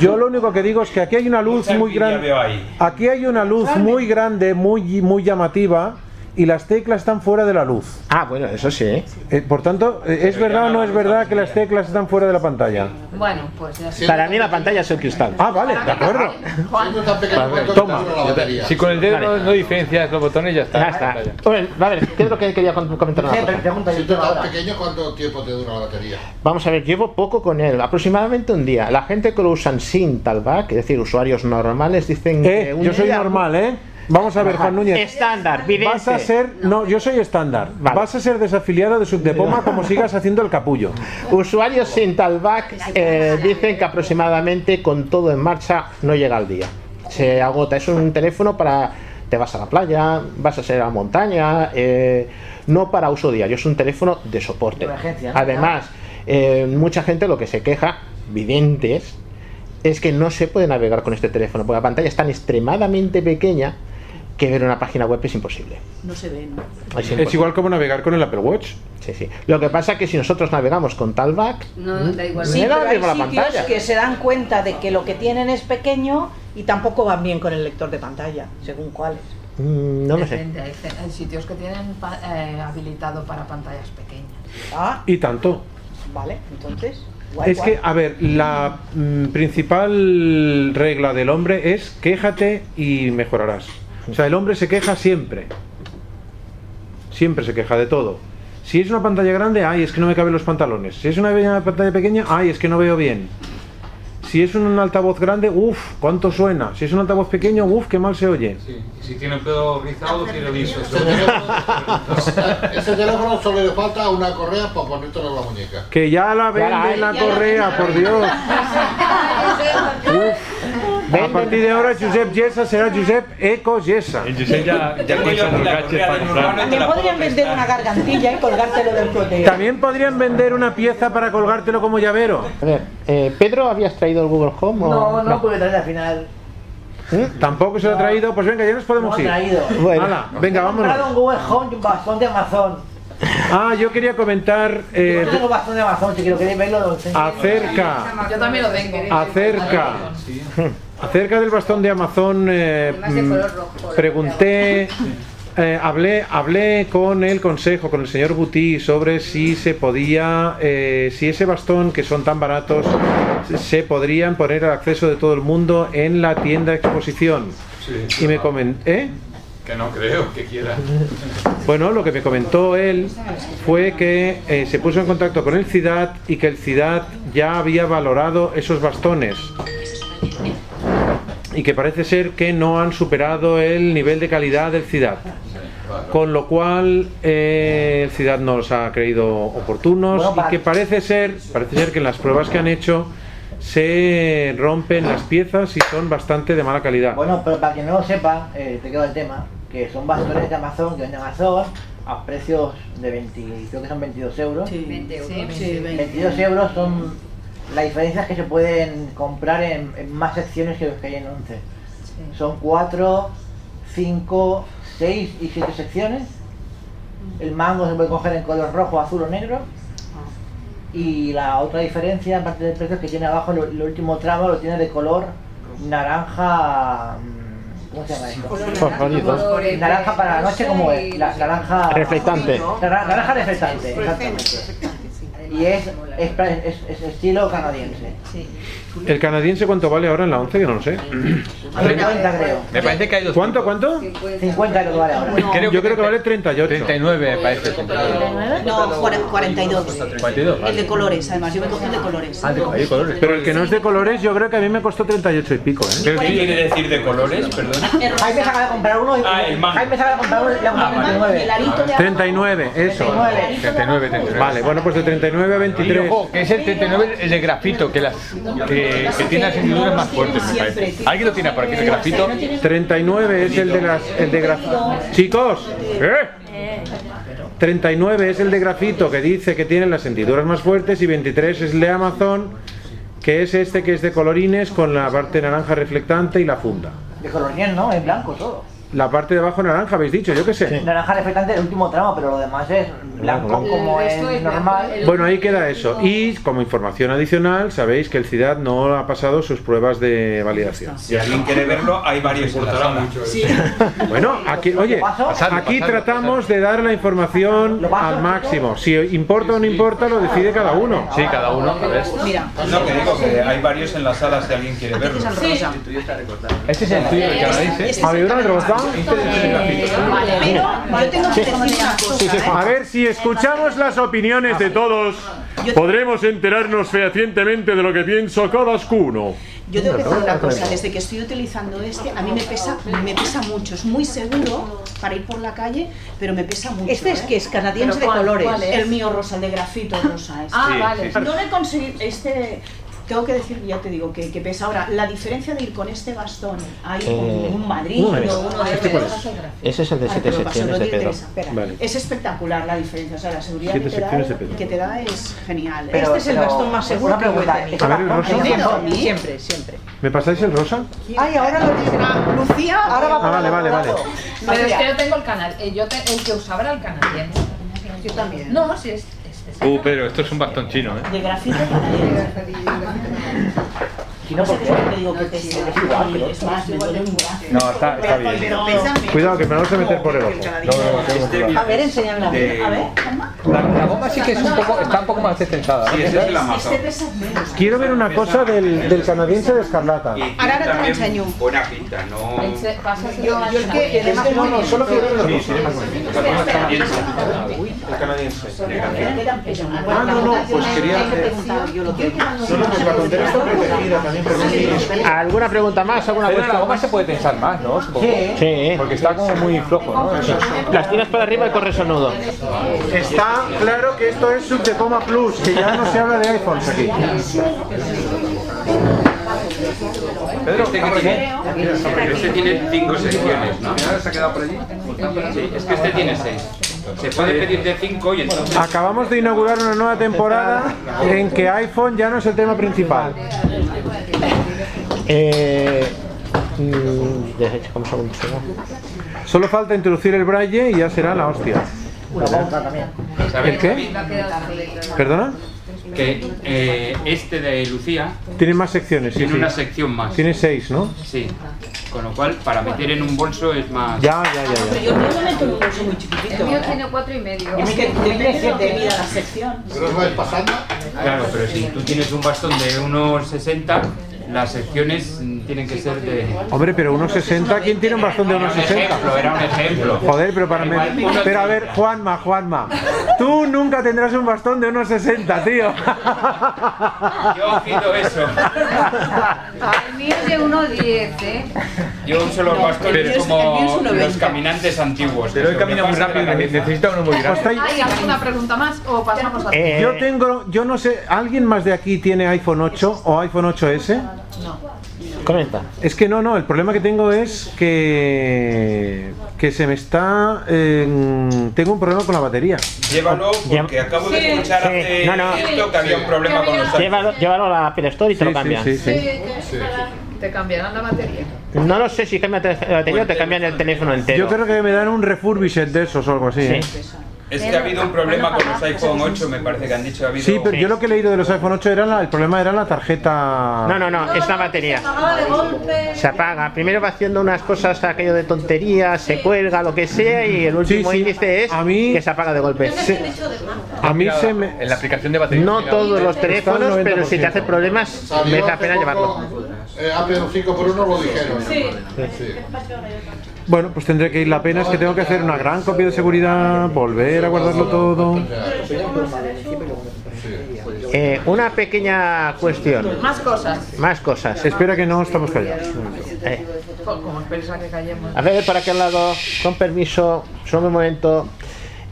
S2: yo lo único que digo es que aquí hay una luz muy
S5: envidia
S2: grande.
S5: veo ahí.
S2: Aquí hay una luz muy grande, muy, muy llamativa. y las teclas están fuera de la luz.
S3: Ah, bueno, eso sí.
S2: por tanto, eh, ¿es verdad o no es verdad que las teclas están fuera de la pantalla?
S4: Bueno, pues ya sé.
S3: Para mí la pantalla es el cristal.
S2: Ah, vale, de acuerdo.
S4: Juan,
S2: Vale, Toma.
S7: Si con el dedo no, no diferencias los botones, ya está.
S3: Ya está. A ver, a ver, ¿qué es lo que quería con- comentar? una cosa?
S6: Si tú estás pequeño, ¿cuánto tiempo te dura la batería?
S3: Vamos a ver, llevo poco con él, aproximadamente un día. La gente que lo usan sin talback, es decir, usuarios normales, dicen que un
S2: Yo soy
S3: día-
S2: normal, ¿eh? Vamos a ver, Juan Núñez.
S3: Estándar,
S2: Vas
S3: vidente.
S2: a ser, no, yo soy estándar. Vas a ser desafiliado de Subdepoma como sigas haciendo el capullo.
S3: Usuarios sin talback eh, dicen que aproximadamente con todo en marcha no llega al día. Se agota. Es un teléfono para. Te vas a la playa, vas a ser a la montaña, eh, no para uso diario, es un teléfono de soporte.
S12: emergencia, ¿no?
S3: Además, eh, mucha gente lo que se queja, videntes, es que no se puede navegar con este teléfono, porque la pantalla es tan extremadamente pequeña que ver una página web es imposible.
S10: No se ve, ¿no?
S3: Es, igual
S2: como navegar con el Apple Watch.
S3: Sí, sí. Lo que pasa es que si nosotros navegamos con talback,
S4: No, da igual.
S3: Sí,
S11: Sí,
S3: Mira
S11: pero hay
S3: mismo la
S11: sitios
S3: pantalla.
S11: que se dan cuenta de que lo que tienen es pequeño y tampoco van bien con el lector de pantalla, según cuáles.
S3: mm, no lo sé.
S4: Depende, Hay, ce- hay sitios que tienen pa- eh, habilitado para pantallas pequeñas.
S2: Y tanto.
S11: Vale, entonces. guay,
S2: Es
S11: guay.
S2: que, a ver, la mm, principal regla del hombre es quéjate y mejorarás. O sea, el hombre se queja siempre. Siempre se queja de todo. Si es una pantalla grande, ay, es que no me caben los pantalones. Si es una be- pantalla pequeña, ay, es que no veo bien. Si es un altavoz grande, uff, cuánto suena. Si es un altavoz pequeño, uff, qué mal se oye.
S14: Y si tiene el pelo rizado, tiene liso.
S6: Ese teléfono solo le falta una correa para ponértelo en la muñeca.
S2: Que
S6: Ya
S2: ya la
S6: la
S2: venden la,
S6: hay.
S2: correa, por Dios. A partir de ahora, Josep Yesa será Josep Eco Yesa.
S7: Josep ya- ya cuenta los gadgets para comprar.
S11: También podrían vender una gargantilla y colgártelo del proteo.
S2: También podrían vender una pieza para colgártelo como llavero.
S3: A ver, eh, Pedro, ¿habías traído el Google Home? o ¿Mm?
S12: No, no, porque traes al final.
S2: Tampoco se lo ha traído. Pues venga, ya nos podemos
S12: No
S2: ir.
S12: ha traído.
S3: Bueno.
S2: Hala, venga,
S12: He comprado
S2: vámonos.
S12: un Google Home y un bastón de Amazon.
S2: Ah, yo quería comentar eh,
S12: Yo tengo bastón de Amazon, si quiero queréis verlo, lo enseño.
S2: acerca,
S4: Yo también lo tengo.
S2: acerca, acerca del bastón de Amazon. eh,
S4: Además de
S2: mm,
S4: color rojo, lo
S2: pregunté, eh, hablé, hablé con el consejo, con el señor Guti, sobre si se podía, eh, si ese bastón que son tan baratos, se podrían poner al acceso de todo el mundo en la tienda de exposición. Y me ¿eh? comenté.
S14: Que no creo que quiera.
S2: Bueno, lo que me comentó él fue que eh, se puso en contacto con el CIDAD y que el CIDAD ya había valorado esos bastones y que parece ser que no han superado el nivel de calidad del CIDAD. Con lo cual eh, el CIDAD no los ha creído oportunos
S12: Bueno,
S2: y que parece ser, parece ser que en las pruebas que han hecho se rompen las piezas y son bastante de mala calidad.
S12: Bueno, pero para quien no lo sepa, eh, te quedo el tema, que son bastones de Amazon, que vende Amazon, a precios de 20, creo que son 22 euros.
S10: Sí,
S4: 20 euros.
S10: sí,
S12: 22 euros son la diferencia es que se pueden comprar en, en más secciones que los que hay en 11. Son 4, 5, 6 y 7 secciones. El mango se puede coger en color rojo, azul o negro. Y la otra diferencia, aparte del precio, es que tiene abajo lo- el último tramo, lo tiene de color naranja. mm, ¿Cómo se llama esto?
S4: Colores,
S12: Naranja para la noche, como es? La, naranja.
S3: Ah, Reflectante.
S12: Naranja, naranja reflectante, exactamente. Y es, es, pra- es- es estilo canadiense.
S2: ¿El canadiense cuánto vale ahora en la 11? Que no lo sé.
S12: A ver, 50 creo.
S7: Me parece que hay dos.
S2: ¿Cuánto, cuánto?
S12: 50 creo que vale ahora.
S2: Yo creo que vale 38.
S7: 39 me parece.
S10: No, cuare- 42.
S7: 42,
S10: El de
S7: vale.
S10: colores, además, yo me cogí el de colores.
S7: Hay colores.
S2: Pero el que no es de colores, yo creo que a mí me costó 38 y pico, ¿eh?
S5: ¿Pero qué quiere decir de colores? Perdón.
S12: Jaime se acaba de comprar uno y Jaime se acaba de comprar uno y le
S5: Ah,
S12: ha
S5: vale.
S12: comprado 39.
S2: 39, eso.
S12: 39.
S7: 39, 39.
S2: Vale, bueno, pues de 39 a 23.
S7: Y ojo, que es el 39 el de grafito, que, las, que, que tiene las hendiduras más fuertes, me parece. ¿Alguien lo tiene por aquí, el grafito?
S2: 39 es el de las el de graf- Chicos, ¿eh? 39 es el de grafito que dice que tiene las hendiduras más fuertes y 23 es el de Amazon, que es este que es de colorines con la parte naranja reflectante y la funda.
S12: De color miel, ¿no? Es blanco todo.
S2: La parte de abajo naranja, habéis dicho, yo qué sé.
S12: Naranja reflectante el último tramo, pero lo demás es blanco
S2: blanco.
S12: como
S4: El
S12: es
S4: resto es blanco,
S12: normal.
S2: Bueno, ahí queda eso. Y como información adicional, sabéis que el CIDAD no ha pasado sus pruebas de validación.
S5: Si alguien quiere verlo, hay varios en la sala.
S2: Bueno, aquí, oye,
S5: Pasadlo,
S2: aquí
S5: pasadlo,
S2: tratamos de dar la información al máximo. Si importa o no importa, lo decide cada uno.
S7: Sí, cada uno, a ver.
S10: Mira.
S5: No, que digo que hay varios en la sala si alguien quiere verlo.
S10: Este es el rosa.
S7: Este es el tuyo, el Este que me dices.
S2: A ver, una droga.
S10: Yo tengo que decir una cosa, ¿eh?
S2: A ver si escuchamos las opiniones de todos. Podremos enterarnos fehacientemente de lo que piensa cadascuno.
S10: Yo tengo que decir una cosa, desde que estoy utilizando este, a mí me pesa, me pesa mucho, es muy seguro para ir por la calle, pero me pesa mucho.
S11: Este es
S10: ¿eh?
S11: que es canadiense de colores.
S10: El mío rosa, el de grafito rosa. este.
S11: Ah, Sí, vale. sí, sí.
S10: No lo he conseguido, este, tengo que decir, ya te digo, que, que pesa. Ahora, la diferencia de ir con este bastón, hay
S3: Eh,
S10: un Madrid,
S3: un momento.
S10: uno de
S3: ¿Este cuál
S10: estos.
S3: es? Ese es el de
S10: Ay,
S3: siete
S10: pero lo paso, no
S3: secciones
S10: te
S3: de Pedro.
S10: interesa, espera.
S3: Vale.
S10: Es espectacular la diferencia, o sea, la seguridad
S3: Siete
S10: que te, da,
S3: secciones de Pedro.
S10: que te da es genial.
S12: Pero-
S10: este es el
S12: pero-
S10: bastón más seguro
S12: una
S10: que yo he
S12: pregunta,
S10: tenido.
S2: ¿A ver el rosa?
S10: Siempre, siempre.
S2: ¿Me pasáis el rosa?
S10: Ay, ahora lo dice Lucía, ahora
S2: Ah, vale, vale, vale.
S4: Pero es que yo tengo el canal, eh, yo te- el que usaba era el canadiense. Yo también. No, si es
S7: Uh, Pedro, esto es un bastón chino, ¿eh?
S10: de grafito canadiense.
S12: No sé
S10: por qué te digo que te es más, me duele un brazo.
S2: No, está, está bien.
S10: Pero pesa
S2: Cuidado, que me lo vas a meter por el ojo.
S11: A ver, enséñame.
S7: De-
S11: A ver.
S7: La goma sí que es un poco, está un poco más descensada.
S5: Sí, ese es el amazón.
S10: Este-
S2: Quiero ver una cosa del, del canadiense de escarlata.
S10: Ahora no te lo
S5: También
S10: enseño.
S5: Buena pinta, no...
S10: Yo, yo el que este tiene más
S2: No, no, solo quiero ver el
S5: Sí,
S2: rosa.
S5: sí, es más bonito. La goma canadiense. La canadiense.
S10: Ah,
S2: no, no, pues quería-
S3: Solo porque la frontera está protegida también por
S7: ¿Alguna pregunta más? ¿Alguna Pero la goma se puede tensar más, ¿no? Supongo.
S3: Sí.
S7: Porque está como muy flojo, ¿no?
S3: Las tiras para arriba y corres el nudo.
S2: Está claro que esto es Subtecoma Plus, que ya no se habla de iPhones aquí.
S7: Pedro, ¿está por aquí?
S5: Este tiene cinco secciones, ¿no? ¿Se ha quedado por allí? Sí, es que este tiene seis. Se puede pedir de cinco y entonces...
S2: Acabamos de inaugurar una nueva temporada en que iPhone ya no es el tema principal.
S3: Eh, mm, deja- checamos algún segundo.
S2: Solo falta introducir el braille y ya será la hostia.
S12: Una pauta también.
S2: ¿El qué? ¿Perdona?
S5: Que eh, este de Lucía
S2: Tiene más secciones, sí,
S5: tiene
S2: sí.
S5: una sección más.
S2: Tiene seis, ¿no?
S5: Sí. Con lo cual, para meter en un bolso es más...
S2: Ya, ya, ya, ya.
S10: lo meto en un bolso muy chiquitito.
S4: El mío tiene cuatro y medio.
S10: Es que depende de lo que mida la sección.
S5: Claro, pero si tú tienes un bastón de 1,60, las secciones mm, tienen que ser de...
S2: Hombre, pero 1,60, ¿quién tiene un bastón de
S5: Era un ejemplo, era un
S2: 1,60?
S5: ejemplo.
S2: Joder, pero para mí.
S5: Igual, uno
S2: Pero a ver, Juanma, Juanma. Tú nunca tendrás un bastón de 1,60, tío.
S5: Yo pido eso.
S4: El mío es de 1,10, ¿eh?
S5: Yo uso los
S10: el mío
S5: bastones
S10: es- el mío es
S5: como
S10: 1,20.
S5: los caminantes antiguos.
S7: Pero él
S5: que se
S7: camina muy
S5: pasan la
S7: rápido y
S5: cabeza.
S7: necesita uno
S2: Pues
S7: muy grande.
S4: Ay, ¿haz una pregunta más o pasamos a
S3: Eh.
S2: Eh, Yo tengo, yo no sé, ¿alguien más de aquí tiene iPhone 8 o iPhone 8S?
S3: Comenta.
S2: Es que no, no, el problema que tengo es que, que se me está... eh, tengo un problema con la batería.
S5: Llévalo porque acabo de escuchar
S3: Sí,
S5: hace
S3: no, no.
S5: esto que había un problema con los
S3: Llévalo, llévalo a la Apple Store y te lo
S2: Sí, sí,
S3: cambian.
S2: sí, sí.
S4: Te cambiarán la batería.
S3: No lo sé si cambia la batería o te cambian el teléfono entero.
S2: Yo creo que me dan un refurbished de esos o algo así. ¿eh? Sí,
S5: Es que ha habido un problema con los iPhone 8, me parece que han dicho. Ha habido...
S2: pero yo lo que he leído de los iPhone 8 era la- el problema era la tarjeta...
S3: No, no, no, es la batería. Se apaga. Primero va haciendo unas cosas, aquello de tonterías, se cuelga, lo que sea, y el último
S2: sí.
S3: índice es
S2: A mí-
S3: que se apaga de golpe.
S2: A mí se me...
S7: En la aplicación de batería.
S3: No
S7: mira.
S3: todos los
S2: Está al
S3: teléfonos, pero si te
S2: 90%.
S3: hace problemas,
S6: Salió
S3: merece la
S6: hace
S3: pena
S6: poco,
S3: llevarlo.
S6: Eh, Apple 5x1 lo dijeron. Sí.
S2: Bueno, pues tendré que ir. La pena es que tengo que hacer una gran copia de seguridad, volver a guardarlo todo.
S3: Eh, una pequeña cuestión.
S4: Más cosas.
S3: Más cosas.
S2: Espera que no estamos callados.
S3: Eh,
S4: Como pensáis que callemos.
S3: a ver, para aquel lado, con permiso, solo un momento.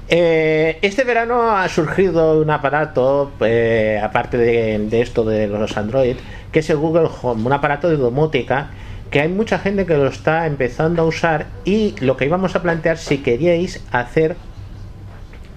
S3: Eh, este verano ha surgido un aparato, eh, aparte de, de esto de los Android, que es el Google Home, un aparato de domótica que hay mucha gente que lo está empezando a usar y lo que íbamos a plantear si queríais hacer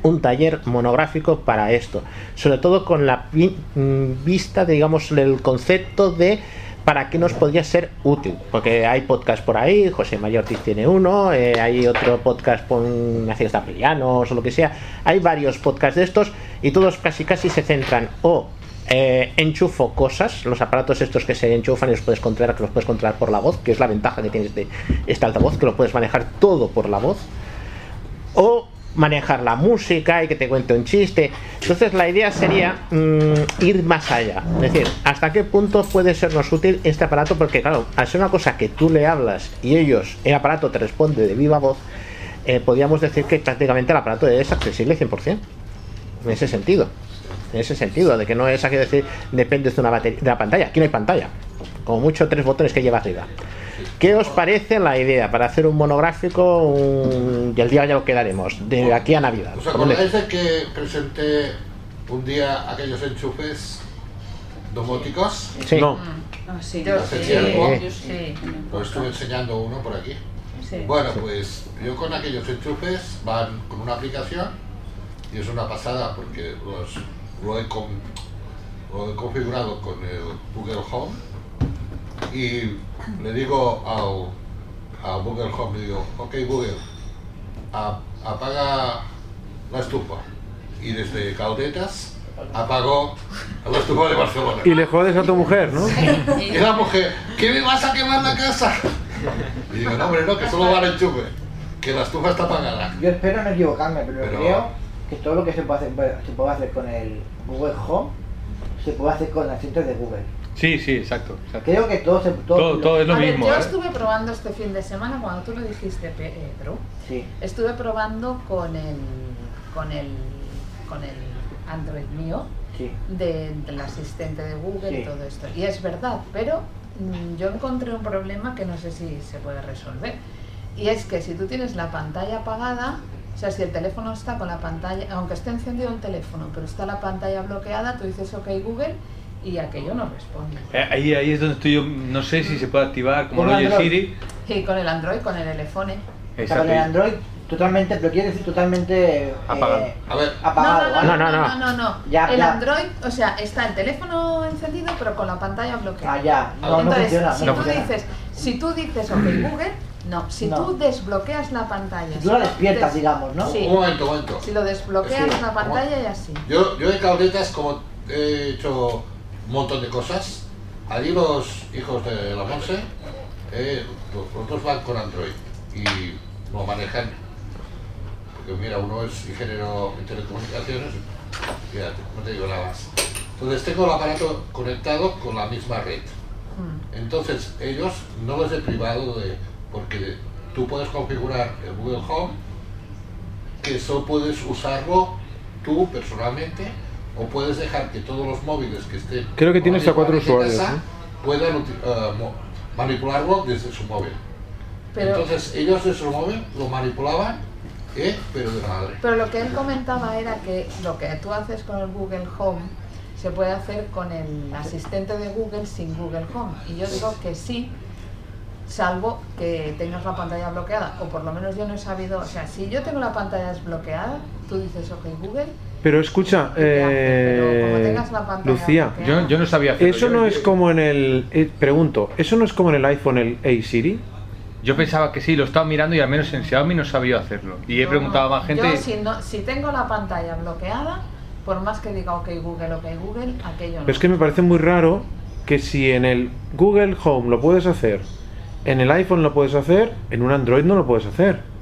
S3: un taller monográfico para esto, sobre todo con la vi- mm, vista, digamos, el concepto de para qué nos podría ser útil. Porque hay podcast por ahí, José Mayortis tiene uno, eh, hay otro podcast con Nacidos Taplianos o lo que sea. Hay varios podcasts de estos y todos casi casi se centran o eh, enchufo cosas, los aparatos estos que se enchufan y los puedes controlar, que los puedes controlar por la voz, que es la ventaja que tienes de este altavoz, que lo puedes manejar todo por la voz. O manejar la música y que te cuente un chiste. Entonces la idea sería mm, ir más allá. Es decir, ¿hasta qué punto puede sernos útil este aparato? Porque claro, al ser una cosa que tú le hablas y ellos, el aparato te responde de viva voz, eh, podríamos decir que prácticamente el aparato es accesible 100%. En ese sentido. En ese sentido, de que no es aquí decir, dependes de una batería, de la pantalla. Aquí no hay pantalla. Como mucho tres botones que lleva arriba. ¿Qué os parece la idea para hacer un monográfico un- y el día ya lo quedaremos? De aquí a Navidad.
S6: ¿Os acordáis de que presenté un día aquellos enchufes domóticos?
S3: Sí. No.
S15: Ah, sí. Pues
S6: Yo
S15: Sí.
S6: hace tiempo.
S15: Yo sí.
S6: Os estuve enseñando uno por aquí.
S15: Sí.
S6: Bueno, pues yo con aquellos enchufes van con una aplicación y es una pasada porque los, lo, he con- lo he configurado con el Google Home y le digo al, a Google Home, le digo, ok Google, a- apaga la estufa. Y desde Caudetas apagó la estufa de Barcelona.
S2: Y le jodes a tu mujer, ¿no?
S6: Y la mujer, ¿qué me vas a quemar la casa? Y digo, no, hombre, no, que solo va el enchufe, que la estufa está apagada.
S12: Yo espero no equivocarme, pero,
S6: Pero-
S12: creo que todo lo que se puede, hacer, se puede hacer con el Google Home se puede hacer con asistentes de Google.
S7: Sí, sí, exacto. exacto.
S12: Creo que todo se todo,
S7: Todo- todo es lo
S4: A ver,
S7: mismo.
S4: yo
S7: ¿eh?
S4: estuve probando este fin de semana, cuando tú lo dijiste, eh, Pedro,
S12: Sí.
S4: estuve probando con el, con el, con el Android mío,
S12: Sí.
S4: de- del asistente de Google y
S12: Sí.
S4: todo esto. Y es verdad, pero mm, yo encontré un problema que no sé si se puede resolver. Y es que si tú tienes la pantalla apagada, o sea, si el teléfono está con la pantalla, aunque esté encendido el teléfono, pero está la pantalla bloqueada, tú dices OK Google y aquello no responde.
S7: Eh, Ahí, ahí es donde estoy yo, no sé si se puede activar como
S12: Con
S7: lo oye
S12: Android.
S7: Siri.
S4: Y con el Android, con el elefone.
S12: Está con el Android totalmente, pero quiere decir totalmente eh,
S7: Apagado.
S6: A ver.
S12: apagado.
S4: No, no, no, no, no.
S12: Ya,
S4: el
S12: ya.
S4: Android, o sea, está el teléfono encendido, pero con la pantalla bloqueada.
S12: Ah, ya. No, no
S4: Entonces,
S12: funciona,
S4: si
S12: no
S4: tú
S12: funciona.
S4: dices, si tú dices OK Google, no. Si
S12: No.
S4: tú desbloqueas la pantalla.
S12: Si tú la despiertas, digamos, ¿no?
S4: Sí.
S6: Un momento, un momento.
S4: Si lo desbloqueas
S6: Sí.
S4: la pantalla y así.
S6: Yo, yo de Caudetas, como he hecho un montón de cosas, allí los hijos de la Monse, eh, los, los dos van con Android y lo manejan. Porque mira, uno es ingeniero en telecomunicaciones, ya no te digo nada más. Entonces tengo el aparato conectado con la misma red. Entonces, ellos no los he privado de. porque tú puedes configurar el Google Home, que solo puedes usarlo tú personalmente, o puedes dejar que todos los móviles que estén.
S2: Creo que tiene hasta cuatro
S6: manipulados en
S2: usuarios,
S6: casa puedan uti- eh, mo- manipularlo desde su móvil.
S4: Pero-
S6: Entonces, ellos de su móvil lo manipulaban, ¿eh? pero de madre.
S4: Pero lo que él comentaba era que lo que tú haces con el Google Home se puede hacer con el asistente de Google sin Google Home. Y yo digo que sí, salvo que tengas la pantalla bloqueada. O por lo menos yo no he sabido, o sea, si yo tengo la pantalla desbloqueada, tú dices, ok Google,
S2: Pero escucha, eh,
S4: tengas la pantalla
S2: Lucía,
S7: Yo, yo no sabía hacerlo.
S2: eso
S7: yo-
S2: no es como en el, eh, pregunto, eso no es como en el iPhone el Hey Siri.
S7: Yo pensaba que sí, lo estaba mirando y al menos en Xiaomi no sabía hacerlo. Y he preguntado a más gente.
S4: yo si, no, si tengo la pantalla bloqueada, por más que diga ok Google, ok Google, aquello no.
S7: Pues
S2: Pero es que me parece muy raro que si en el Google Home lo puedes hacer, en el iPhone lo puedes hacer, en un Android no lo puedes hacer.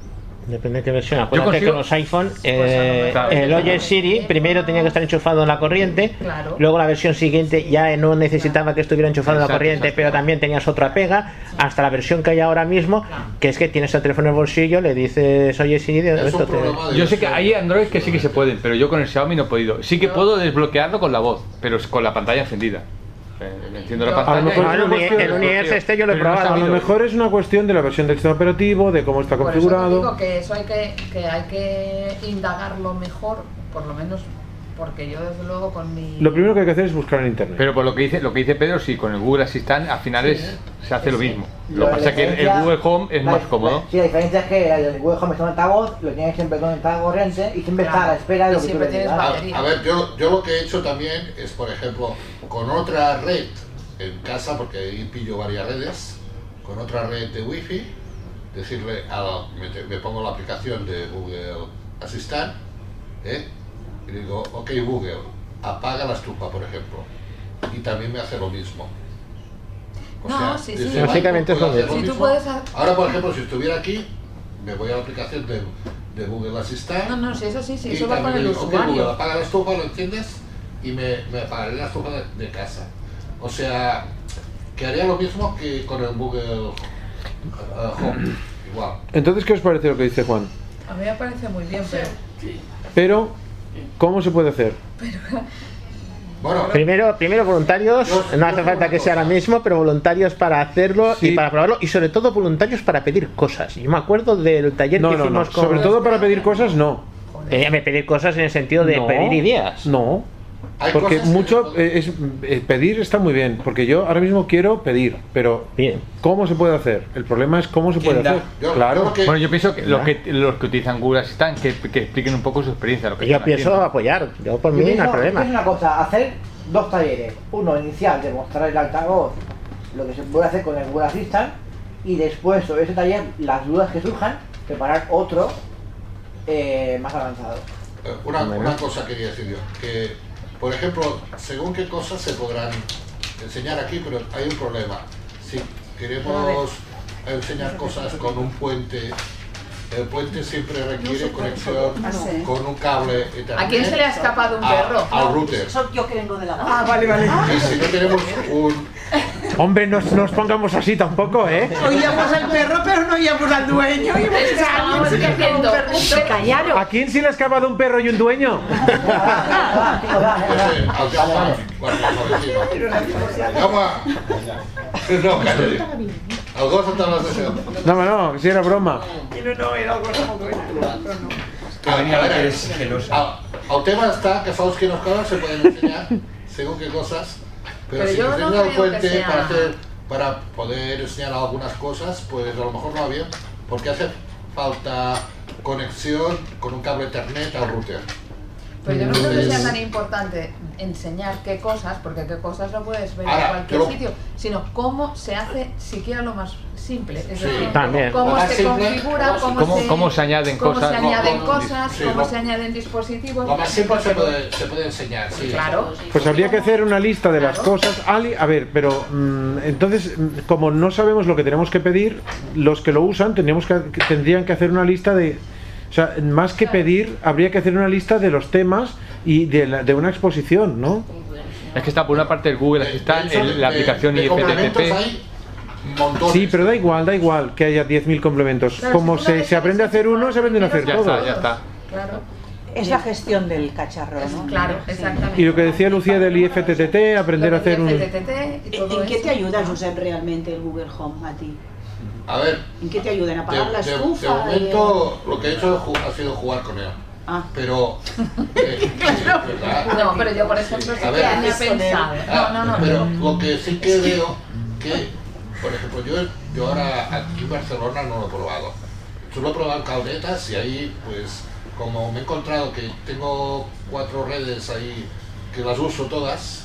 S3: Depende de qué versión.
S2: Yo
S3: Acuérdate
S2: consigo-
S3: que los iPhone, eh,
S2: Pues a lo mejor.
S3: el Oye Siri primero tenía que estar enchufado en la corriente,
S4: Claro.
S3: luego la versión siguiente ya no necesitaba que estuviera enchufado en la
S12: Exacto,
S3: corriente,
S12: exacto.
S3: pero también tenías otra pega, hasta la versión que hay ahora mismo, que es que tienes el teléfono en el bolsillo, le dices Oye Siri, de esto te-
S7: Yo sé que hay Android que sí que se pueden, pero yo con el Xiaomi no he podido. Sí que puedo desbloquearlo con la voz, pero es con la pantalla encendida. Eh, Enciendo la
S2: A lo
S7: pantalla.
S2: mejor
S3: Ah,
S7: y-
S2: es
S3: pues,
S2: una cuestión-
S3: este
S7: Pero no he
S2: A lo
S7: sabido.
S2: mejor es una cuestión de la versión del sistema operativo, de cómo está
S4: Por eso te digo
S2: configurado.
S4: que eso hay que, que hay que indagarlo mejor, por lo menos porque yo desde luego con mi...
S2: Lo primero que hay que hacer es buscar en internet.
S7: Pero por lo que dice, lo que dice Pedro, sí, con el Google Assistant al final es- se hace lo mismo. Lo que pasa es que el- el
S12: diferencia-
S7: Google Home es
S12: la-
S7: más cómodo.
S12: Sí, la diferencia es que el Google Home está en altavoz, lo tienes siempre conectado a corriente y siempre está a la espera de lo que tú le digas.
S6: A, a ver, yo, yo lo que he hecho también es, por ejemplo, con otra red en casa, porque ahí pillo varias redes, con otra red de wifi, decirle, a, me, te- me pongo la aplicación de Google Assistant, ¿eh? y digo, ok Google, apaga la estufa, por ejemplo. Y también me hace lo mismo. O
S4: No,
S6: sea,
S4: sí,
S6: desde
S4: sí.
S6: el
S3: Básicamente
S6: banco
S3: es lo
S6: puedo
S4: mismo.
S6: hacer
S4: Sí,
S6: mismo.
S4: tú puedes ha-
S6: Ahora, por ejemplo, si estuviera aquí, me voy a la aplicación de, de Google Assistant.
S4: No, no, sí, eso sí, sí,
S6: y
S4: eso va con
S6: también
S4: el
S6: digo, "Ok, Google,
S4: usuario.
S6: apaga la estufa, ¿lo entiendes? Y me, me apagaré la estufa de, de casa. O sea, que haría lo mismo que con el Google ah, Home. Igual.
S2: Entonces, ¿qué os parece lo que dice Juan?
S4: A mí me parece muy bien, pero...
S2: Pero, ¿cómo se puede hacer?
S3: Primero, primero voluntarios, no hace falta que sea ahora mismo, pero voluntarios para hacerlo y para probarlo, y sobre todo voluntarios para pedir cosas. Yo me acuerdo del taller
S2: No,
S3: que
S2: no, no.
S3: hicimos con...
S2: Sobre todo para pedir cosas, no.
S3: Eh, me pedir cosas en el sentido de
S2: No,
S3: pedir ideas.
S2: No. Porque mucho eh, es eh, pedir está muy bien, porque yo ahora mismo quiero pedir, pero ¿cómo se puede hacer? El problema es cómo se puede hacer. claro.
S7: Bueno, yo pienso que los que, los que utilizan Google Assistant que, que expliquen un poco su experiencia. Lo que
S3: Yo
S7: están
S3: pienso
S7: haciendo.
S3: apoyar, yo por
S12: Yo
S3: mí no hay
S12: pienso-
S3: problema.
S12: Es una cosa, hacer dos talleres. Uno inicial de mostrar el altavoz, lo que se puede hacer con el Google Assistant, y después sobre ese taller, las dudas que surjan, preparar otro eh, más avanzado.
S6: Eh, Una,
S12: Bueno.
S6: una cosa quería decir yo, que por ejemplo, según qué cosas se podrán enseñar aquí, pero hay un problema. Si queremos enseñar cosas con un puente, el puente siempre requiere conexión
S10: Ah, sí.
S6: con un cable Ethernet.
S4: ¿A quién se le ha escapado un
S6: a-
S4: perro?
S6: Al router.
S10: Eso yo que vengo de la.
S4: Ah, vale, vale.
S6: Y si no tenemos un...
S2: Hombre, nos, nos pongamos así tampoco, ¿eh?
S9: Oíamos al perro, pero no oíamos al dueño. Y
S4: Es que estábamos diciendo, un
S9: callaron.
S2: ¿A quién se le ha escapado un perro y un dueño?
S6: No, cállate. Al gozo te hablas de ese.
S2: No, no, si era broma.
S9: No, era algo como
S6: A ver, a ver, Ah, a- Al tema está que sabes que los cabros se pueden enseñar según qué cosas, pero,
S4: Pero
S6: si
S4: yo
S6: nos
S4: no
S6: enseñan un
S4: creo que
S6: puente
S4: sea-
S6: para, hacer- para poder enseñar algunas cosas, pues a lo mejor no va bien, porque hace falta conexión con un cable Ethernet al router.
S4: Pero Pues yo no creo que sea tan importante enseñar qué cosas, porque qué cosas no puedes ver
S6: Ahora,
S4: en cualquier
S6: yo lo-
S4: sitio, sino cómo se hace siquiera lo más simple. Es
S7: Sí,
S4: decir,
S7: también. Lo
S4: cómo
S7: más
S4: se
S7: simple,
S4: configura, cómo,
S7: cómo-
S4: se,
S7: cómo se añaden
S4: cómo
S7: cosas,
S4: se
S7: cómo-
S4: añaden
S7: cómo-
S4: cosas,
S7: sí,
S4: cómo
S7: lo-
S4: se añaden dispositivos.
S6: Lo más simple se puede, se puede enseñar, sí.
S4: Claro.
S2: Pues habría que hacer una lista de las cosas. Ali, a ver, pero mm, entonces, mm, como no sabemos lo que tenemos que pedir, los que lo usan tendríamos que, que tendrían que hacer una lista de. O sea, más que pedir, habría que hacer una lista de los temas y de, la- de una exposición, ¿no?
S7: Es que está por una parte el Google Assistant, el- la aplicación IFTTT.
S2: Sí, pero da igual, da igual que haya 10.000 complementos.
S11: Claro,
S2: Como
S11: es que una
S2: se,
S11: vez
S2: se aprende a hacer uno, se aprenden a hacer
S7: Ya
S2: todos.
S7: está, ya está.
S4: Claro.
S11: Es la gestión del cacharro, ¿no?
S4: Claro, exactamente.
S2: Y lo que decía Lucía del IFTTT, aprender a hacer un...
S10: ¿En en qué te ayuda, Josep, realmente el Google Home a ti?
S6: A ver,
S10: ¿En qué te ayuda? ¿En
S6: de,
S10: apagar la
S6: de- de
S10: estufa?
S6: momento lo que he hecho ju- ha sido jugar con él.
S4: Ah.
S6: Pero... eh,
S4: No, pero yo por ejemplo sí
S6: A
S4: que
S6: ver,
S4: había
S6: eso de-
S4: pensado.
S6: Ah,
S4: No, no, no.
S6: Pero lo que sí que veo que, por ejemplo, yo, yo ahora aquí en Barcelona no lo he probado. Solo he probado en Caldetas y ahí, pues, como me he encontrado que tengo cuatro redes ahí que las uso todas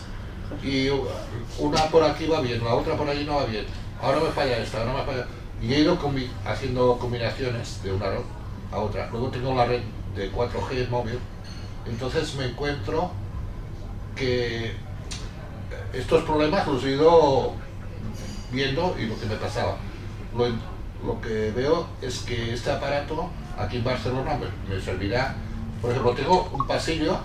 S6: y una por aquí va bien, la otra por allí no va bien. Ahora me falla esta, ahora me falla. Y he ido combi- haciendo combinaciones de una red a otra. Luego tengo la red de 4G móvil. Entonces me encuentro que estos problemas los he ido viendo y lo que me pasaba. Lo, lo que veo es que este aparato aquí en Barcelona me, me servirá. Por ejemplo, tengo un pasillo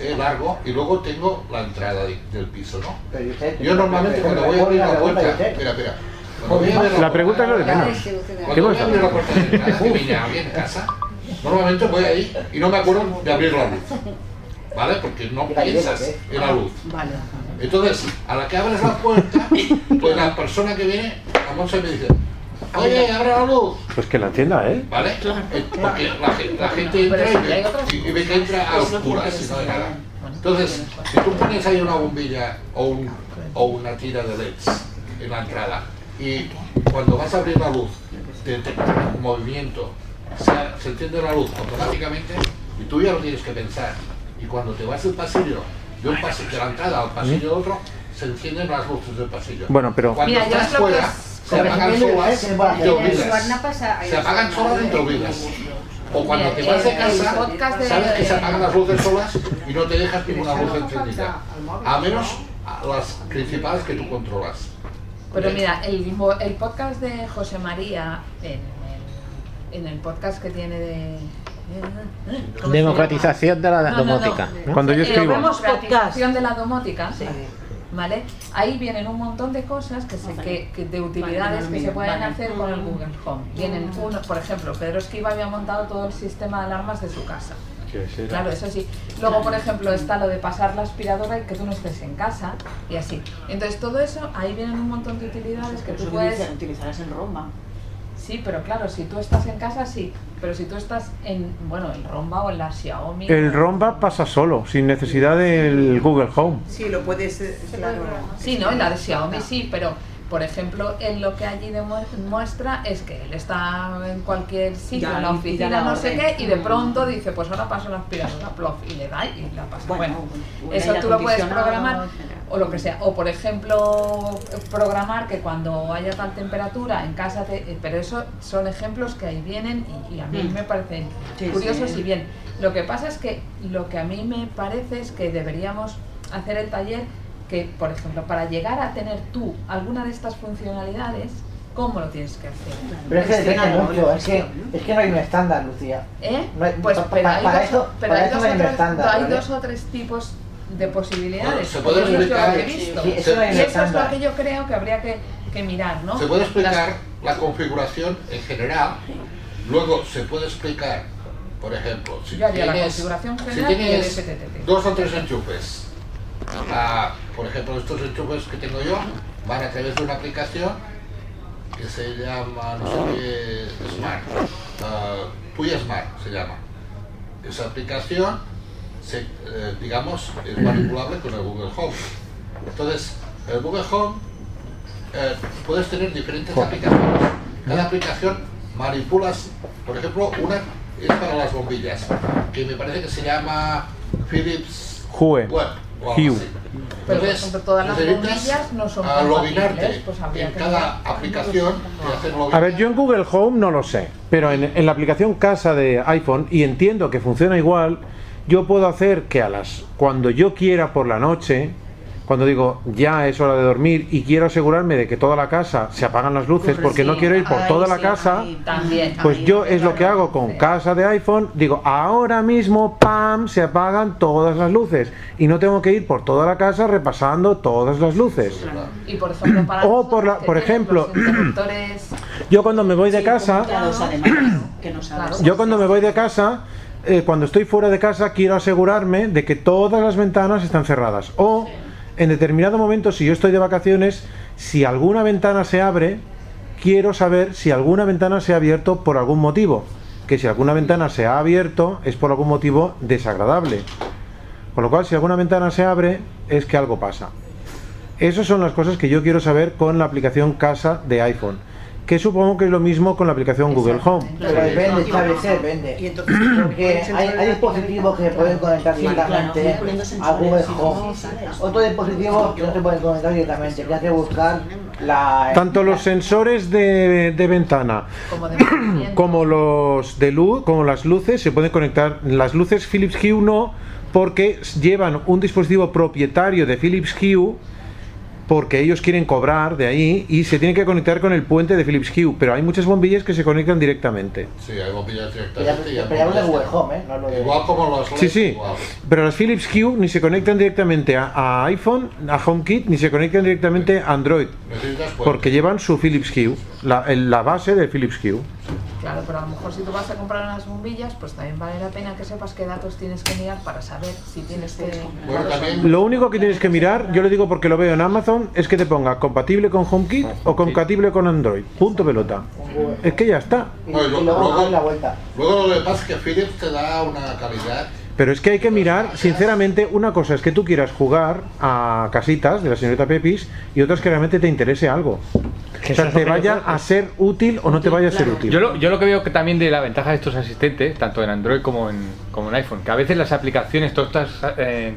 S6: eh, largo y luego tengo la entrada de- del piso, ¿no?
S12: Pero usted-
S6: Yo normalmente
S12: pero
S6: cuando voy a abrir la
S12: recuerda
S6: puerta,
S12: usted.
S6: espera, espera. Cuando voy a abrir
S2: La pregunta es lo de
S6: puerta-
S2: menos. ¿Qué
S6: Cuando voy a
S2: pasa?
S6: abrir la puerta de entrada, que me llame en casa, normalmente voy ahí y no me acuerdo de abrir la luz, ¿vale? Porque no
S10: ¿eh?
S6: piensas en
S11: Ah,
S6: la luz.
S4: Vale.
S6: Entonces, a la que abres la puerta, pues la persona que viene, a Monse me dice, oye, abre la luz,
S2: Pues que la entienda, ¿eh?
S6: ¿vale? Eh, Porque la, ge- la gente entra y ve, y- y ve que entra a oscuras y no hay nada. Entonces, si tú pones ahí una bombilla o, un- o una tira de LEDs en la entrada y cuando vas a abrir la luz detecta un movimiento, se, se enciende la luz automáticamente y tú ya no tienes que pensar. Y cuando te vas del pasillo, de un pasillo de la entrada al pasillo otro, se se encienden las luces del pasillo.
S2: ¿Mm? Bueno, pero-
S6: Cuando
S15: Mira, yo
S6: estás
S15: creo que
S6: fuera,
S15: es-
S6: se apagan solas y te
S15: En el
S6: olvidas.
S15: Suarna pasa- hay
S6: Se
S15: un
S6: apagan
S15: Suarna
S6: solas y te
S15: de-
S6: olvidas. O cuando
S15: Mira,
S6: te vas de
S15: el
S6: casa,
S15: podcast de-
S6: sabes que se apagan las luces solas y no te dejas ninguna luz encendida. A menos a las principales que tú controlas.
S4: Pero
S6: Ok.
S4: mira, el, mo- el podcast de José María, en, en- en el podcast que tiene de... ¿cómo se
S3: Democratización de la
S4: llama? No, no, no.
S3: domótica.
S4: Eh, Democratización de la domótica. ¿Vale? Ahí vienen un montón de cosas que, se- que- que- de utilidades que se pueden hacer con el Google Home. Vienen uno, por ejemplo, Pedro Esquiva había montado todo el sistema de alarmas de su casa. Claro, eso sí. Luego, por ejemplo, está lo de pasar la aspiradora y que tú no estés en casa y así. Entonces, todo eso, ahí vienen un montón de utilidades que
S11: Pero
S4: tú
S11: eso
S4: puedes...
S11: utiliza- utilizarás en Roma.
S4: Sí, pero claro, si tú estás en casa, sí. Pero si tú estás en, bueno, en Romba o en la Xiaomi...
S2: El romba pasa solo, sin necesidad del Google Home.
S4: Sí, lo puedes... Sí, ¿no? En la de Xiaomi sí, pero... Por ejemplo, en lo que allí demue- muestra es que él está en cualquier sitio,
S11: Ya,
S4: en la
S11: y- y
S4: oficina,
S11: ya la Mm.
S4: no sé
S11: orden.
S4: qué, y de pronto dice, pues ahora paso la aspiradora, plof, y le da y la pasa. Bueno,
S11: un
S4: eso
S11: aire
S4: tú lo puedes
S11: acondicionado,
S4: programar o lo que sea. O, por ejemplo, programar que cuando haya tal temperatura en casa, te- eh, pero eso son ejemplos que ahí vienen y, y a mí
S11: Mm.
S4: me parecen
S11: Sí,
S4: curiosos
S11: sí.
S4: y bien. Lo que pasa es que lo que a mí me parece es que deberíamos hacer el taller que, por ejemplo, para llegar a tener tú alguna de estas funcionalidades, ¿cómo lo tienes que hacer?
S12: Pero es que depende
S4: Gestionarlo.
S12: mucho, es que, es que no hay un estándar, Lucía.
S4: ¿Eh?
S12: No hay-
S4: Pues
S12: pa- pa-
S4: pero
S12: para,
S4: hay dos-
S12: eso,
S4: pero
S12: para
S4: hay
S12: eso
S4: dos
S12: no hay un
S4: otros-
S12: estándar.
S4: hay
S12: ¿vale?
S4: dos o tres tipos de posibilidades.
S6: se puede
S4: Eso es lo
S6: explicar,
S4: que he visto.
S6: sí, eso no hay un
S4: y eso es lo
S6: estándar.
S4: que yo creo que habría que, que mirar, ¿no?
S6: Se puede
S4: Las-
S6: explicar la configuración en general, luego se puede explicar, por ejemplo, si
S4: Yo haría la
S6: tienes,
S4: configuración
S6: si
S4: general y
S6: tienes
S4: el STTT.
S6: dos o tres enchufes, ah, por ejemplo, estos enchufes que tengo yo van a través de una aplicación que se llama, no sé qué, Smart, ah, Puya Smart se llama. Esa aplicación, se, eh, digamos, es manipulable con el Google Home. Entonces, el Google Home eh, puedes tener diferentes aplicaciones. Cada aplicación manipulas, por ejemplo, una es para las bombillas, que me parece que se llama Philips
S2: Hue.
S6: Web. o algo
S2: Hue.
S6: así.
S4: Pero, por
S6: Entonces,
S4: ejemplo, todas las
S6: necesitas
S4: bombillas no son
S6: a
S4: compatibles,
S6: lobinarte
S4: pues habría
S6: en
S4: que
S6: cada aplicación te hacen lobby.
S2: A ver, yo en Google Home no lo sé, pero en, en la aplicación casa de iPhone, y entiendo que funciona igual, yo puedo hacer que a las cuando yo quiera por la noche, cuando digo ya es hora de dormir y quiero asegurarme de que toda la casa se apagan las luces porque no quiero ir por
S4: Ay,
S2: toda la
S4: sí,
S2: casa,
S4: ahí También.
S2: pues yo es lo que hago con casa de iPhone, digo ahora mismo pam se apagan todas las luces y no tengo que ir por toda la casa repasando todas las
S6: Pues
S2: luces.
S4: Y por ejemplo, para
S2: O por la-
S4: que
S2: por
S4: tienen
S2: ejemplo,
S4: los interruptores
S2: Yo cuando me voy de casa,
S4: comunicados,
S11: Que no sabes.
S4: claro,
S2: Yo cuando me voy de casa, eh, cuando estoy fuera de casa, quiero asegurarme de que todas las ventanas están cerradas. O en determinado momento, si yo estoy de vacaciones, si alguna ventana se abre, quiero saber si alguna ventana se ha abierto por algún motivo. Que si alguna ventana se ha abierto es por algún motivo desagradable. Con lo cual, si alguna ventana se abre, es que algo pasa. Esas son las cosas que yo quiero saber con la aplicación Casa de iPhone. Que supongo que es lo mismo con la aplicación Google Home.
S12: Pero depende, Chávez, sí, depende. Porque hay, hay dispositivos que se pueden conectar directamente a Google Home. Otros dispositivos que no se pueden conectar directamente, que hay que buscar la... eh,
S2: Tanto los sensores de, de ventana como los de luz, como las luces se pueden conectar. Las luces Philips Hue no, porque llevan un dispositivo propietario de Philips Hue, porque ellos quieren cobrar de ahí y se tienen que conectar con el puente de Philips Hue. Pero hay muchas bombillas que se conectan directamente.
S6: Sí, hay bombillas
S12: Pero
S6: directamente. y hay
S12: ya- pero ya hablo de Google
S6: bombillas que-
S12: Home, ¿eh? No hablo de...
S6: Igual como los
S2: Sí,
S6: LEDs,
S2: sí,
S6: igual.
S2: pero las Philips Hue ni se conectan directamente a, a iPhone, a HomeKit, ni se conectan directamente a Android,
S6: Necesitas pues, puentes.
S2: porque llevan su Philips Hue, la, el- la base del Philips Hue.
S4: Claro, pero a lo mejor si tú vas a comprar unas bombillas, pues también vale la pena que sepas qué datos tienes que mirar para saber si tienes que...
S2: Lo único que tienes que mirar, yo lo digo porque lo veo en Amazon, es que te ponga compatible con HomeKit o compatible con Android. Punto pelota. Es que ya está.
S6: No, y lo-
S12: Y luego
S6: luego-
S12: darle la vuelta.
S6: Luego lo que pasa es que Philips te da una calidad
S2: Pero es que hay que mirar, sinceramente, una cosa es que tú quieras jugar a casitas de la señorita Pepis y otra es que realmente te interese algo. O sea, te vaya a ser útil o no te vaya a ser útil.
S7: Yo lo, yo lo que veo que también de la ventaja de estos asistentes, tanto en Android como en, como en iPhone, que a veces las aplicaciones, todas estas eh,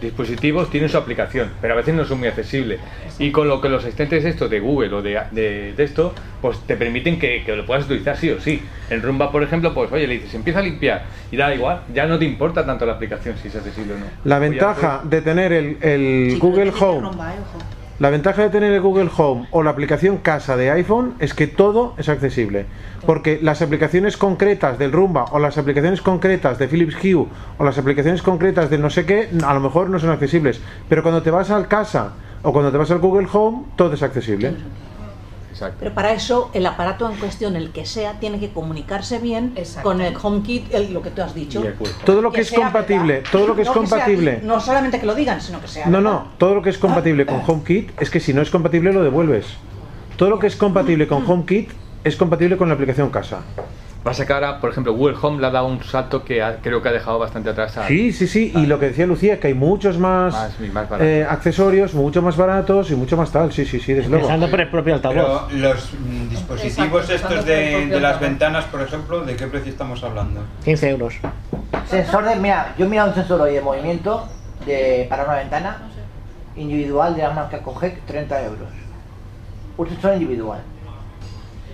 S7: dispositivos tienen su aplicación, pero a veces no son muy accesibles. Y con lo que los asistentes estos de Google o de, de, de esto, pues te permiten que, que lo puedas utilizar sí o sí. En Rumba, por ejemplo, pues oye, le dices, empieza a limpiar y da igual, ya no te importa tanto la aplicación si es accesible o no.
S2: La ventaja de tener el, el Google Home, la ventaja de tener el Google Home o la aplicación casa de iPhone es que todo es accesible, porque las aplicaciones concretas del Rumba o las aplicaciones concretas de Philips Hue o las aplicaciones concretas del no sé qué a lo mejor no son accesibles, pero cuando te vas al casa o cuando te vas al Google Home todo es accesible.
S7: Exacto.
S11: Pero para eso el aparato en cuestión, el que sea, tiene que comunicarse bien con el HomeKit, el- lo que tú has dicho.
S2: Y el Todo lo que es
S11: sea
S2: compatible, todo lo que es
S11: No sea-
S2: compatible.
S11: no solamente que lo digan, sino que sea.
S2: No, no, todo lo que es compatible con HomeKit es que si no es compatible lo devuelves. Todo lo que es compatible
S11: Mm.
S2: con HomeKit es compatible con la aplicación casa.
S7: Pasa que ahora, por ejemplo, Google Home le ha dado un salto que ha- creo que ha dejado bastante atrás a...
S2: Sí, sí, sí, y lo que decía Lucía, que hay muchos más,
S7: Más- más baratos.
S2: eh, accesorios, mucho más baratos y mucho más tal. Sí, sí, sí, desde luego.
S15: Empezando por el propio altavoz.
S16: Pero los mm, dispositivos
S15: Exacto,
S16: estos
S15: empezando por el
S16: de,
S15: propio
S16: de las
S15: altavoz.
S16: ventanas, por ejemplo, ¿de qué precio estamos hablando?
S3: 15 euros.
S12: Sensor de, mira, yo he mirado un sensor hoy de movimiento de, para una ventana individual de la marca Cogec, 30 euros. Un sensor individual.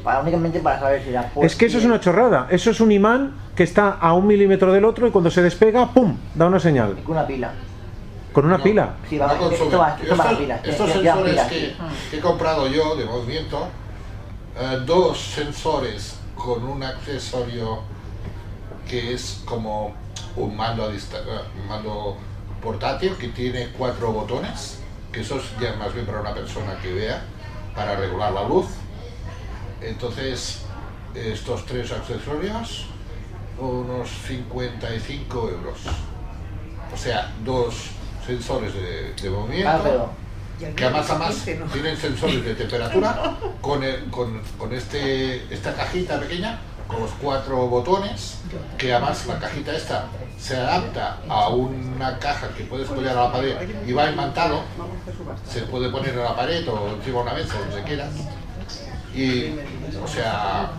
S12: Para, únicamente para saber si la
S2: Es que eso es una chorrada, eso es un imán que está a un milímetro del otro y cuando se despega, ¡pum!, da una señal.
S12: con una pila.
S2: Con una pila.
S12: Sí, va,
S6: No
S12: esto
S6: consume.
S12: va, esto va a
S6: Estos-
S12: pilas.
S6: Estos
S12: lleva- lleva
S6: sensores
S12: pilas,
S6: que,
S12: sí.
S6: que he comprado yo de movimiento, eh, dos sensores con un accesorio que es como un mando, a dista- eh, un mando portátil que tiene cuatro botones, que eso es ya más bien para una persona que vea, para regular la luz. Entonces, estos tres accesorios, unos 55 euros. O sea, dos sensores de, de movimiento.
S12: Ah, pero-
S6: Que además, además tienen sensores de temperatura con, el- con- con este, esta cajita pequeña, con los cuatro botones, que además la cajita esta se adapta a una caja que puedes colgar a la pared y va imantado, se puede poner en la pared o encima de una mesa, donde quieras. Y, o sea,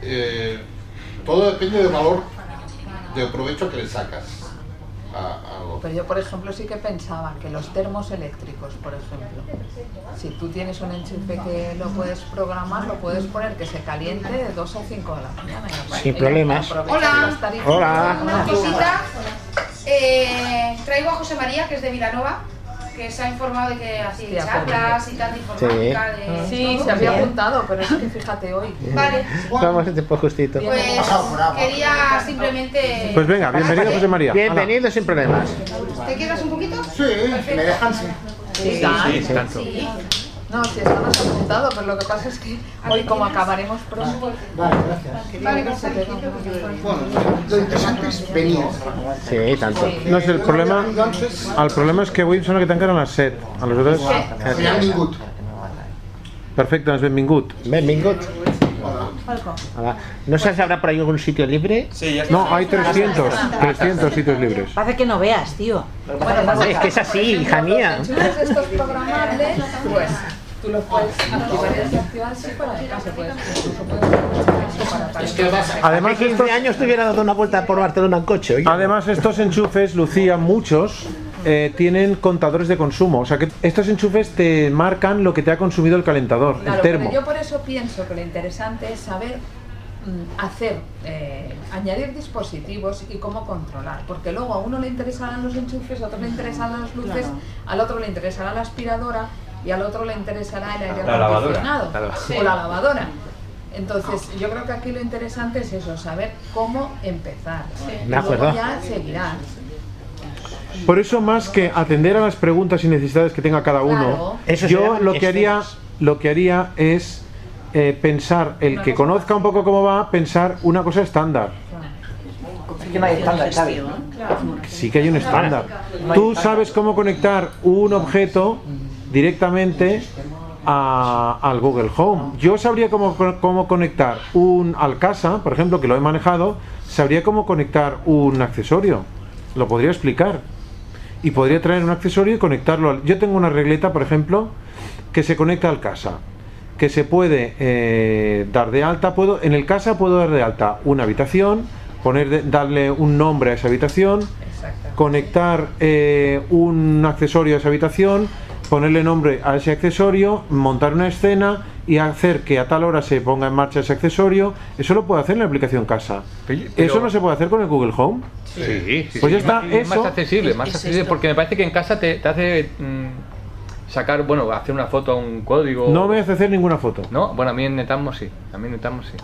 S6: eh, todo depende del valor de provecho que le sacas a, a lo
S4: Pero yo, por ejemplo, sí que pensaba que los termos eléctricos, por ejemplo, si tú tienes un enchufe que lo puedes programar, lo puedes poner que se caliente de 2 a 5 de la mañana.
S3: Sin problemas.
S17: Hola.
S3: Hola.
S17: Una cosita. Eh, traigo a José María, que es de Vilanova, que se ha informado de que hacéis
S4: Hostia,
S17: charlas y
S4: pobre. Ah,
S17: tal de informática. De
S4: Sí,
S17: todo.
S4: se había
S3: Bien.
S4: apuntado, pero es que fíjate hoy.
S17: Vale.
S3: Vamos a tiempo justito.
S17: Pues quería simplemente.
S2: Pues venga, bienvenido José María.
S3: Bienvenido sin problemas.
S17: ¿Te quedas un poquito? Sí,
S4: me dejan, sí. Sí, sí, sí,
S3: tanto.
S4: No, si estabas apuntado, pero lo que pasa es que hoy, como acabaremos pronto. Vale, gracias. Vale,
S18: Lo interesante es venir.
S3: Sí, tanto.
S2: No es el problema. El problema és que avui em sembla que tanquen a les 7. A les altres...
S18: Sí. Sí, han vingut.
S2: Perfecte, doncs benvingut.
S3: Benvingut. Hola. Ah, ¿No se sabrá por ahí algún sitio libre?
S16: Sí, ya
S2: No, hay 300, 300 sitios libres.
S11: Parece que no veas, tío.
S3: es que es así, hija mía.
S4: Enchufes estos programables, pues tú los puedes activar y desactivar, sí, para el caso, puedes. incluso puedes aprovechar eso para- para-
S3: Además, Hace 15 años te hubiera dado una vuelta por Barcelona en coche. oye.
S2: Además, estos enchufes, Lucía, muchos eh, tienen contadores de consumo. O sea que estos enchufes te marcan lo que te ha consumido el calentador,
S4: Claro,
S2: el termo.
S4: pero yo por eso pienso que lo interesante es saber mm, hacer, eh, añadir dispositivos y cómo controlar, porque luego a uno le interesarán los enchufes, a otro le interesarán las luces,
S11: Claro.
S4: al otro le interesará la aspiradora y al otro le interesará el aire
S11: La lavadora,
S4: acondicionado
S11: la lava-
S4: o la lavadora. Entonces, yo creo que aquí lo interesante es eso, saber cómo empezar. Y
S2: De acuerdo.
S4: Luego ya seguirán.
S2: Por eso, más que atender a las preguntas y necesidades que tenga cada uno,
S4: Claro. Eso se
S2: yo
S4: llaman
S2: lo que, haría,
S4: escenas.
S2: lo que haría es eh, pensar, el que conozca un poco cómo va, pensar una cosa estándar.
S12: Es que no hay estándar, Xavi.
S2: Sí que hay un estándar.
S12: No hay
S2: Tú
S12: estándar.
S2: sabes cómo conectar un objeto directamente a- al Google Home. Yo sabría cómo, cómo conectar un al casa, por ejemplo, que lo he manejado, sabría cómo conectar un accesorio. Lo podría explicar. Y podría traer un accesorio y conectarlo. al- Yo tengo una regleta, por ejemplo, que se conecta al casa que se puede eh, dar de alta. Puedo, en el casa puedo dar de alta una habitación, poner de- darle un nombre a esa habitación, conectar eh, un accesorio a esa habitación, ponerle nombre a ese accesorio, montar una escena y hacer que a tal hora se ponga en marcha ese accesorio. Eso lo puede hacer en la aplicación casa. ¿Eso no se puede hacer con el Google Home?
S7: Sí, sí, sí.
S2: Pues ya está,
S7: Y es más
S2: eso-
S7: accesible,
S2: Es-
S7: más
S2: es
S7: accesible
S2: esto.
S7: porque me parece que en casa te, te hace mm, sacar, bueno, hacer una foto a un código.
S2: No me hace hacer ninguna foto.
S7: No, bueno, a mí en Netamos sí, a mí en Netamos sí.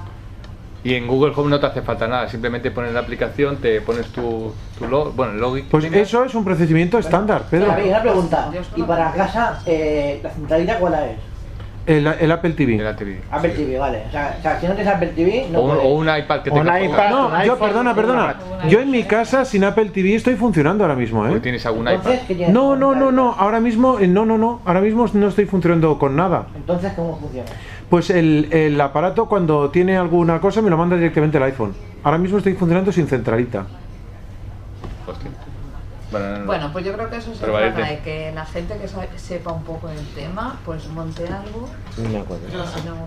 S7: Y en Google Home no te hace falta nada, simplemente pones la aplicación, te pones tu, tu log, bueno, el login.
S2: Pues eso es un procedimiento estándar, Pedro.
S12: David, una pregunta. ¿Y para casa eh, la centralita cuál es?
S2: El, el Apple TV.
S12: Apple TV, vale. O sea, o sea, si no tienes Apple TV, no
S7: O un,
S12: puedes.
S7: o un iPad que
S2: O un
S7: tenga-
S2: iPad, no, yo, perdona, perdona. Yo en mi casa sin Apple TV estoy funcionando ahora mismo, ¿eh?
S7: ¿Tienes algún
S12: Entonces, ¿qué tienes?
S2: No, no, no, no. Ahora mismo, eh, no, no, no. Ahora mismo no estoy funcionando con nada.
S12: Entonces, ¿cómo funciona?
S2: Pues el, el aparato cuando tiene alguna cosa me lo manda directamente el iPhone. Ahora mismo estoy funcionando sin centralita.
S7: Hostia. Bueno, no, no.
S4: Bueno, pues yo creo que eso se
S7: Pero
S4: trata
S7: vale, te-
S4: de que la gente que sa- sepa un poco del tema, pues monte algo, si no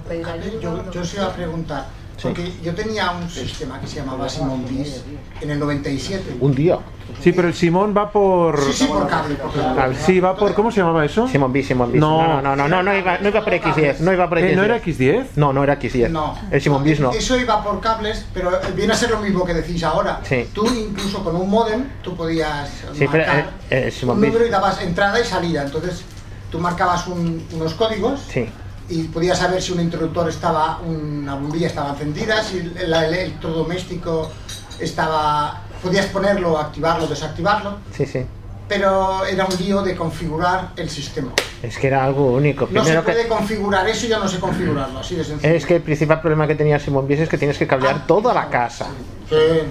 S4: pedir ayuda.
S18: Yo, yo os iba a preguntar, porque yo tenía un sistema que se llamaba Simon Dis en el 97.
S2: Un día. Sí, pero el Simón va por.
S18: Sí, sí, por cable, por cable.
S2: Ah, sí, va por. ¿Cómo se llamaba eso? Simón
S3: B, Simón
S2: B.
S3: No,
S2: No,
S3: no, no, no, no iba, no iba por X10, no iba por
S2: Eh,
S3: X10.
S2: ¿no era X10?
S3: No, no era X10.
S18: No.
S3: El Simon Bis no.
S18: Eso iba por cables, pero viene a ser lo mismo que decís ahora.
S3: Sí.
S18: Tú incluso con un modem, tú podías
S3: Sí, pero
S18: marcar
S3: eh, eh, Simon
S18: un
S3: Bis.
S18: número y dabas entrada y salida. Entonces tú marcabas un- unos códigos
S3: Sí.
S18: y podías saber si un interruptor estaba, una bombilla estaba encendida, si el, el electrodoméstico estaba... Podías ponerlo, activarlo, desactivarlo,
S3: Sí, sí.
S18: pero era un lío de configurar el sistema.
S3: Es que era algo único.
S18: No se
S3: Primero
S18: puede
S3: que Eh,
S18: configurar eso, yo no sé configurarlo, así de sencillo.
S3: es que el principal problema que tenía Simon Bis es que tienes que
S18: Ah.
S3: cablear toda la casa.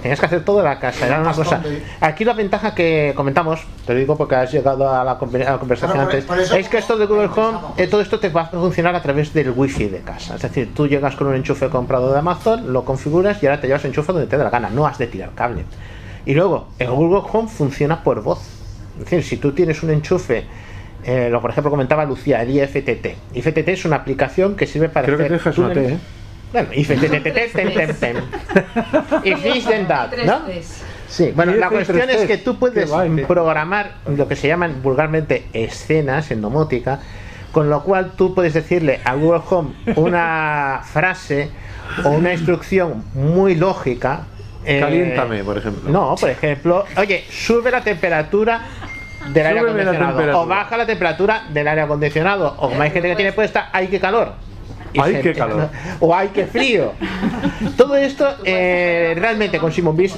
S3: Tenías que hacer toda la casa, era una cosa.
S18: Bastante.
S3: Aquí la ventaja que comentamos, te lo digo porque has llegado a la, conver- a la conversación
S18: Claro, por-
S3: antes,
S18: por eso-
S3: es que esto de Google Home, eh, todo esto te va a funcionar a través del wifi de casa. Es decir, tú llegas con un enchufe comprado de Amazon, lo configuras y ahora te llevas el enchufe donde te dé la gana, no has de tirar cable. Y luego, el Google Home funciona por voz. Es decir, si tú tienes un enchufe, eh, lo por ejemplo comentaba Lucía, el IFTT. IFTT es una aplicación que sirve para
S2: Creo que
S3: hacer
S2: te dejas
S3: tú
S2: una
S3: le-
S2: T, ¿eh?
S3: Bueno, IFTTT, If this then that, ¿no? Sí, bueno,
S2: Y
S3: la
S2: este
S3: cuestión
S2: tres
S3: es que
S2: test.
S3: tú puedes
S2: Qué guay.
S3: programar lo que se llaman vulgarmente escenas en domótica, con lo cual tú puedes decirle a Google Home una frase o una instrucción muy lógica. eh,
S2: Caliéntame, por ejemplo.
S3: No, por ejemplo, oye, sube la temperatura del aire
S2: Súbeme la
S3: acondicionado
S2: temperatura.
S3: o baja la temperatura del aire acondicionado o como hay gente que tiene puesta, hay que calor. Y
S2: Ay,
S3: se-
S2: qué calor.
S3: O hay que frío. Todo esto eh, realmente con Simon Bis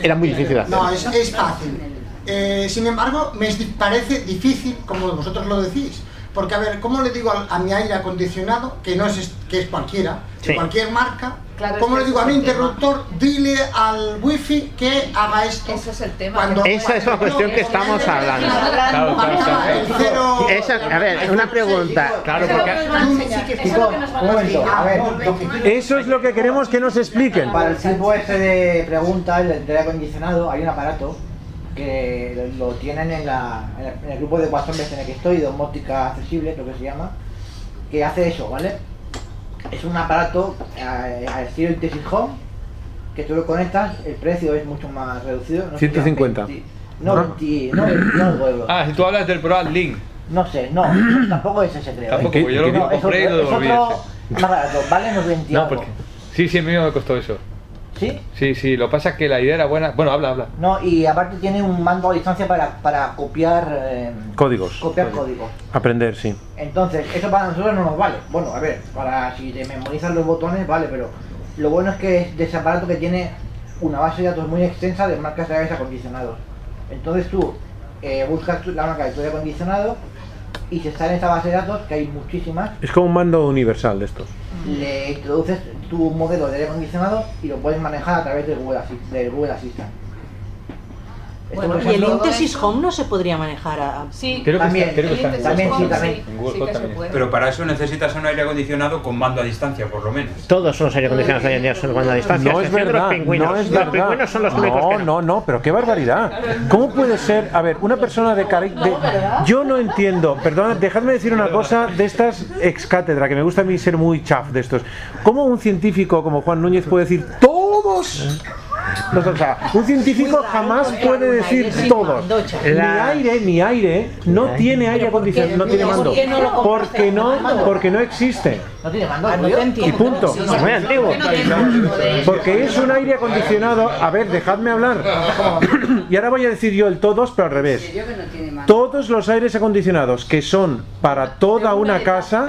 S3: era muy difícil de hacer.
S18: No, es, es fácil. Eh, sin embargo, me es di- parece difícil, como vosotros lo decís. Porque, a ver, ¿cómo le digo al- a, mi aire acondicionado, que no es, est- que es cualquiera, de
S3: Sí.
S18: cualquier marca?
S4: Claro,
S18: ¿Cómo
S4: es que
S18: le digo a
S4: ese
S18: mi
S4: es el tema.
S18: interruptor, dile al wifi que haga esto? Ese
S4: es el tema.
S3: Esa es la cuestión que estamos hablando.
S18: Claro, claro, claro. El cero-
S3: Esa- a ver, una pregunta.
S2: Claro,
S10: Ah,
S12: Un momento, a ver, lo que-
S2: Eso es lo que queremos que nos expliquen.
S12: Para el tipo este de preguntas, el del aire acondicionado, hay un aparato que lo lo tienen en, la- en el- en el grupo de WhatsApp en el que estoy, Domótica Accesible, creo que se llama, que hace eso, ¿vale? Es un aparato eh, al estilo Intellis Home, que tú lo conectas, el precio es mucho más reducido. No sé,
S2: 150.
S12: 20, no, 20, no, 20 algo euros.
S7: Ah, si tú hablas del Pro Link.
S12: No sé, no, tampoco es ese, creo. ¿eh?
S7: Tampoco, porque yo lo
S12: No, es
S7: compré y
S12: otro-
S7: lo
S12: es
S7: devolví
S12: otro Más barato, vale unos 20
S7: No,
S12: algo.
S7: porque. Sí, sí, a mí me costó eso.
S12: ¿Sí?
S7: Sí, sí, lo que pasa es que la idea era buena. Bueno, habla, habla.
S12: No, y aparte tiene un mando a distancia para, para copiar, eh,
S2: Códigos.
S12: copiar códigos.
S2: Aprender, sí.
S12: Entonces, eso para nosotros no nos vale. Bueno, a ver, para si te memorizas los botones, vale, pero lo bueno es que es de ese aparato que tiene una base de datos muy extensa de marcas de aires acondicionados. Entonces tú eh, buscas tu- la marca de tu aire acondicionado y si está en esta base de datos, que hay muchísimas,
S2: Es como un mando universal de estos.
S12: le introduces tu modelo de aire acondicionado y lo puedes manejar a través del Google, Assi- del Google Assistant. Esto, por
S11: ¿Y el
S12: ejemplo,
S11: Intesis Home no se podría manejar a...?
S4: Sí,
S16: Creo que También, está- creo que está.
S12: también, sí, también.
S16: En Google Home también. Pero para eso necesitas un aire acondicionado con mando a distancia, por lo menos.
S3: Todos los aire acondicionados hoy en día son cuando a distancia.
S2: No es
S3: excepción de
S2: verdad,
S3: Los pingüinos.
S2: no es
S3: los
S2: verdad.
S3: pingüinos son los únicos
S2: no,
S3: que no.
S2: no, no, pero qué barbaridad. ¿Cómo puede ser? A ver, una persona de carácter. Yo no entiendo. Perdón, dejadme decir una cosa de estas ex cátedra, que me gusta a mí ser muy chaf de estos. ¿Cómo un científico como Juan Núñez puede decir todos No, o sea, un científico jamás puede decir todo.
S11: La-
S2: Mi aire, mi aire, no tiene aire acondicionado, no
S11: qué?
S2: tiene
S11: ¿Por
S2: mando.
S11: qué no lo compraste?
S2: Porque no, porque no existe.
S12: No tiene mando.
S11: Ah, no te
S2: Y
S11: entiendo.
S2: punto.
S11: Sí, sí,
S2: Es muy
S11: sí.
S2: antiguo.
S11: Que no tiene-
S2: Porque es un aire acondicionado. A ver, dejadme hablar. Y ahora voy a decir yo el todos, pero al revés. Todos los aires acondicionados que son para toda una casa.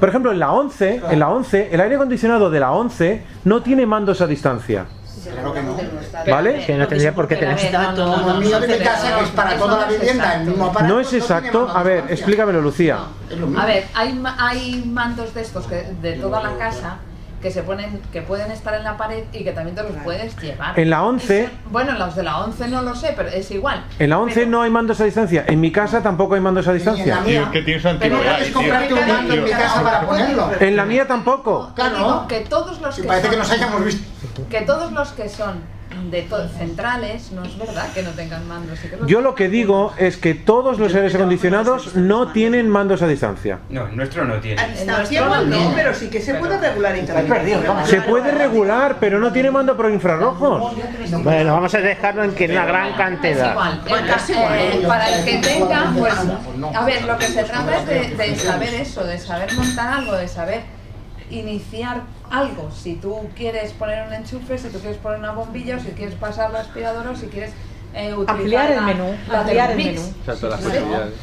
S2: Por ejemplo, en la 11, en la 11, el aire acondicionado de la 11 no tiene mandos a distancia.
S18: Claro que no.
S2: ¿Vale?
S18: Que no tendría por qué tener. A mí lo de mi casa, que es para toda la vivienda, el mismo aparato.
S2: No es exacto. A ver, explícamelo, Lucía.
S4: A ver, hay, ma- hay mandos de estos que, de toda la casa que se ponen, que pueden estar en la pared y que también te los puedes llevar.
S2: En la 11,
S4: Bueno, los de la 11 no lo sé, pero es igual.
S2: en la 11 no hay mandos a distancia. En mi casa tampoco hay mandos a distancia.
S4: Tío, es que
S7: tienes
S4: antigüedad, puedes tío. comprarte un mando en mi casa para ponerlo.
S2: En la mía tampoco.
S4: Te digo que todos los
S18: Si
S4: que
S18: parece
S4: son-
S18: que nos hayamos visto.
S4: que todos los que son de to- centrales, no es verdad que no tengan mandos. sí que los-
S2: Yo lo que digo es que todos los aires acondicionados no tienen mandos a distancia.
S16: No, el nuestro no tiene.
S9: A distancia igual no, pero sí que se puede regular
S12: perdido,
S9: internamente.
S2: Se puede regular, pero no tiene mando por infrarrojos.
S3: Bueno, vamos a dejarlo en que una gran
S4: Es
S3: cantidad.
S4: Pues igual. El- eh, para el que tenga, pues, a ver, lo que se trata es de, de saber eso, de saber montar algo, de saber iniciar algo. Si tú quieres poner un enchufe, si tú quieres poner una bombilla, o si quieres pasar la aspiradora, o si quieres eh, utilizar
S11: Ampliar el
S4: la-
S11: menú,
S4: la
S11: ampliar el
S4: Thermomix.
S11: menú.
S7: Exacto, las
S4: Sí.
S7: posibilidades.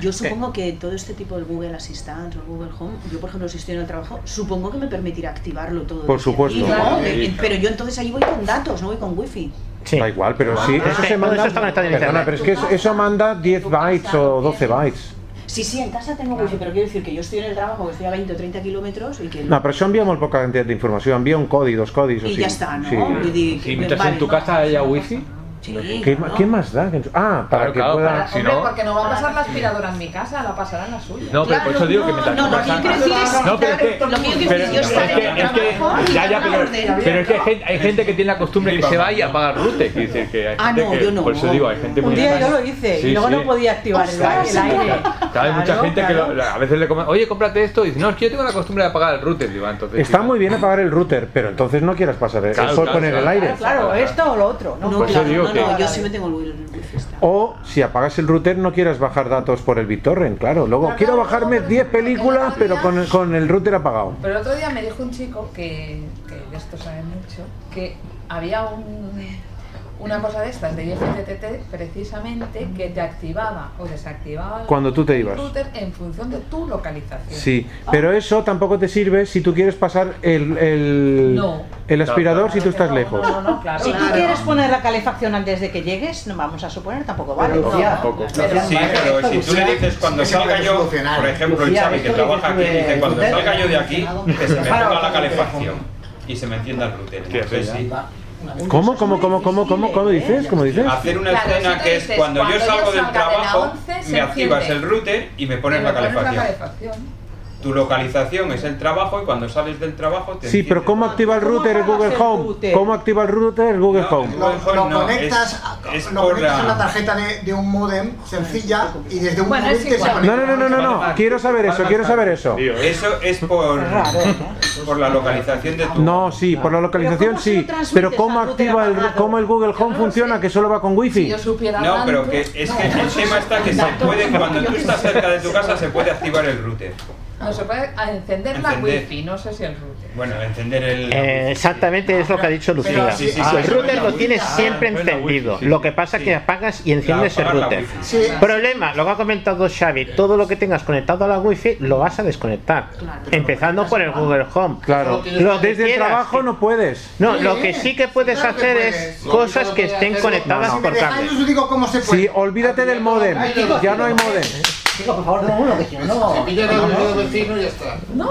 S10: Yo supongo que todo este tipo del Google Assistant o Google Home, yo por ejemplo si estoy en el trabajo, supongo que me permitirá activarlo todo.
S2: Por
S10: desde
S2: supuesto.
S10: aquí,
S2: Claro.
S10: ¿no? Eh, Pero yo entonces ahí voy con datos, no voy con wifi.
S2: Da igual, pero sí,
S3: Pero
S2: eso
S3: es que
S2: se
S3: todo
S2: manda.
S3: eso está conectado en
S2: Perdona,
S3: Internet.
S2: pero es que eso- eso manda 10 bytes o 12 bytes.
S10: Sí, sí, en casa tengo wifi, pero quiero decir que yo estoy en el trabajo, que estoy a 20 o 30 kilómetros y que...
S2: No, però això envia molt poca quantitat d'informació, envia un codi, dos codis, o
S10: I
S2: sigui...
S10: ja està, no? Vull
S2: Sí.
S10: dir,
S7: Si
S10: que-
S7: mientras
S10: vale,
S7: en tu
S10: no.
S7: casa haya wifi,
S2: ¿Qué, ma- qué más da? que ens- Ah, para que pueda...
S4: Hombre, porque no va a pasar la aspiradora en mi casa, la pasará en la suya.
S2: No, pero por eso digo que mientras
S4: no,
S2: tu
S4: no,
S2: casa-
S4: lo que yo quiero decir es-
S7: No, pero es que-
S4: Lo que yo quiero decir
S7: pero-
S4: es
S7: es
S4: estar en
S7: que-
S4: el
S7: es que-
S4: trabajo y
S7: ya, ya,
S4: una
S7: pero-
S4: orden.
S7: pero es que hay gente, hay gente que tiene la costumbre que se va y apaga el router, quiere decir que hay
S11: Ah,
S7: gente
S11: no,
S7: que-
S11: yo no.
S7: Por eso digo, hay gente
S11: Un
S7: muy
S11: día yo
S7: extraña.
S11: lo hice
S7: Sí,
S11: y luego
S7: sí.
S11: no podía activar el, el aire.
S7: Claro, hay mucha
S11: Claro,
S7: gente
S11: claro.
S7: que lo- a veces le come, oye, cómprate esto, y dice, no, es que yo tengo la costumbre de apagar el router, digo, "Ah, entonces...
S2: Está muy bien apagar el router, pero entonces no quieras pasar el,
S7: Claro,
S2: sol
S7: claro,
S2: poner
S7: claro.
S2: el aire.
S11: Claro, esto o lo otro. No,
S10: No,
S2: Por eso
S10: claro,
S2: digo
S10: no,
S2: que-
S10: no, yo sí me tengo el wifi.
S2: O si apagas el router no quieras bajar datos por el BitTorrent, claro. Luego quiero bajarme 10 películas, pero con el, con el router apagado.
S4: Pero el otro día me dijo un chico que, que de esto sabe mucho, que había un- una cosa de estas de IFTTT precisamente que te activaba o desactivaba
S2: Cuando tú te
S4: el
S2: ibas.
S4: router en función de tu localización.
S2: Sí, pero eso tampoco te sirve si tú quieres pasar el, el,
S4: No.
S2: el aspirador si tú estás lejos.
S4: claro.
S11: Si tú
S4: Claro.
S11: quieres poner la calefacción antes de que llegues, no vamos a suponer, tampoco vale.
S16: Pero, Lucía, tampoco. Sí, pero si tú le dices cuando salga yo, por ejemplo, el
S11: Lucía,
S16: Xavi que
S11: esto que
S16: trabaja aquí,
S11: dices tú
S16: dice
S11: de
S16: cuando
S11: router,
S16: salga yo de aquí, que se me
S11: Para,
S16: ponga la
S11: para,
S16: calefacción y se me encienda el router. Entonces, sí.
S2: ¿Cómo, cómo, cómo, cómo, cómo, cómo dices? ¿Cómo dices?
S16: Hacer una
S4: Claro, si
S16: escena
S4: tú
S16: que es
S4: dices,
S16: cuando, yo
S4: cuando yo
S16: salgo del
S4: salga de la
S16: trabajo,
S4: 11, se
S16: me activas
S4: enciende.
S16: el router y me pones
S4: Pero
S16: la
S4: pones
S16: calefacción.
S4: calefacción.
S16: Tu localización es el trabajo y cuando sales del trabajo te
S2: Sí, pero ¿cómo activa el router el Google Home? ¿Cómo activa el router el Google Home?
S18: Lo, lo
S16: no,
S18: conectas,
S16: es-
S18: a-
S16: es
S18: lo
S16: por
S18: conectas a
S16: la-
S18: una tarjeta de, de un modem sencilla y desde un
S16: Bueno,
S18: móvil
S16: es
S18: te se
S16: igual.
S18: conecta.
S2: No, no, no, no, no, no. Quiero saber eso, quiero saber eso.
S16: Eso es por,
S4: ¿eh?
S16: por la localización de tu
S2: No, sí, por la localización sí, pero ¿cómo activa el, cómo el Google Home funciona que solo va con wifi?
S16: No, pero que es que el tema está que se puede, cuando tú estás cerca de tu casa, se puede activar el router.
S4: No se puede a encender la
S16: Encender.
S4: wifi, no sé si el router.
S16: Bueno, encender el.
S3: Eh, exactamente es lo que ha dicho Lucía.
S16: sí, sí, sí,
S3: el
S16: sí,
S3: router
S16: sí,
S3: lo
S16: sí,
S3: tienes
S16: sí,
S3: siempre
S16: sí,
S3: encendido. Lo que pasa es que apagas y enciendes el
S16: apagas la
S3: router.
S16: wifi. Sí.
S3: Problema, lo que ha comentado Xavi, todo lo que tengas conectado a la wifi lo vas a desconectar. Empezando por el Google Home.
S2: Claro.
S3: Lo que
S2: Desde el
S3: quieras.
S2: trabajo no puedes.
S3: No, lo que sí que puedes
S18: Claro que
S3: hacer
S18: puedes.
S3: es cosas que estén conectadas
S2: No, no.
S3: por cable.
S18: Yo os digo cómo se puede.
S2: Sí, olvídate del modem. Ya no hay modem.
S18: Chico, por favor, no uno, que si
S2: no-
S18: Se Pues, pilla el
S2: no, no.
S18: dedo vecino y ya está.
S4: No.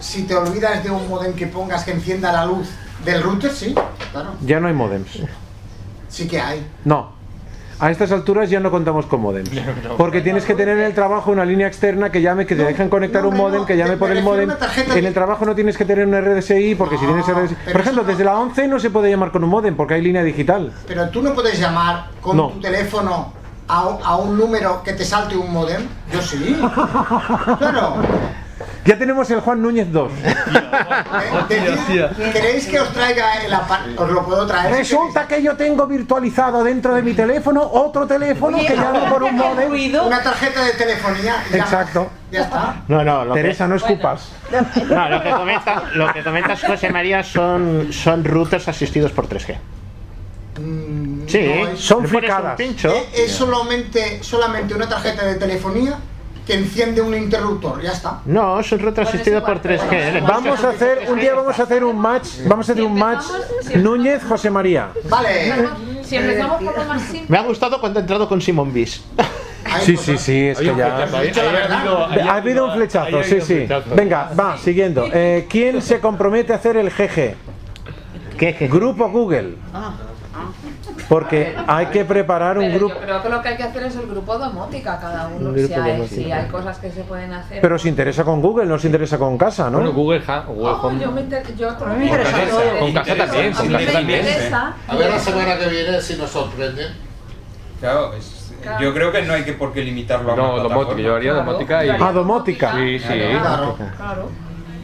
S18: Si te olvidas de un modem que pongas que encienda la luz del router, sí, claro.
S2: Ya no hay modems.
S18: Sí que hay.
S2: No. A estas alturas ya no contamos con modems. Porque tienes que tener en el trabajo una línea externa que llame, que te dejen conectar un modem, que llame por el modem. En el trabajo no tienes que tener un RDSI, porque si tienes RDSI... Por ejemplo, desde la 11 no se puede llamar con un modem, porque hay línea digital.
S18: Pero tú no puedes llamar con
S2: No.
S18: tu teléfono ¿eh? a, un- a un número que te salte un modem. Yo sí. Claro.
S2: Ya tenemos el Juan Núñez 2.
S18: ¿Queréis que os traiga el aparato? Os lo puedo traer.
S2: Resulta que yo tengo virtualizado dentro de mi teléfono otro teléfono que llamo por un modem.
S18: Una tarjeta de telefonía. ya.
S2: Exacto.
S18: Ya está.
S3: No, no, lo
S2: Teresa,
S3: que,
S2: no escupas.
S3: No, lo que comenta, lo que comentas, José María, son, son routers asistidos por 3G. Sí,
S18: Mm, no, es-
S3: le
S18: Le
S3: pones
S18: pones
S3: un pincho.
S18: Eh, Es solamente, solamente una tarjeta de telefonía que enciende un interruptor. Ya está.
S3: No, son routers asistidos por 3G.
S2: ¿eh? Vamos a hacer, un día vamos a hacer un match, vamos a hacer un match Núñez José María.
S18: Vale.
S4: Si empezamos por lo más simple.
S3: Me ha gustado cuando he entrado con Simón Bis.
S2: Sí, sí, sí, es que ya. Ha habido un flechazo, sí, sí. Venga, va, siguiendo. Eh, ¿Quién se compromete a hacer el GG? Grupo Google.
S6: Ah.
S2: Porque hay que preparar un
S4: Pero
S2: grupo,
S4: yo creo que lo que hay que hacer es el grupo domótica cada uno.
S2: Un
S4: Si
S2: grupo
S4: hay,
S2: domótica.
S4: si hay cosas que se pueden hacer.
S2: pero se interesa con Google, no se interesa con casa, ¿no?
S7: Bueno, Google, Ha- Google
S4: Oh,
S7: Home.
S4: yo me inter- yo
S7: mí me interesa Con casa, todo. con casa también,
S6: A mí
S7: con casa
S6: me
S7: también.
S6: interesa. A ver la semana que viene si nos sorprenden.
S16: Claro, es- yo creo que no hay que por qué limitarlo a
S7: No,
S16: una
S7: domótica,
S16: plataforma.
S7: yo haría Claro, domótica y-
S2: Ah, domótica.
S7: Sí, sí.
S6: Claro.
S4: Claro.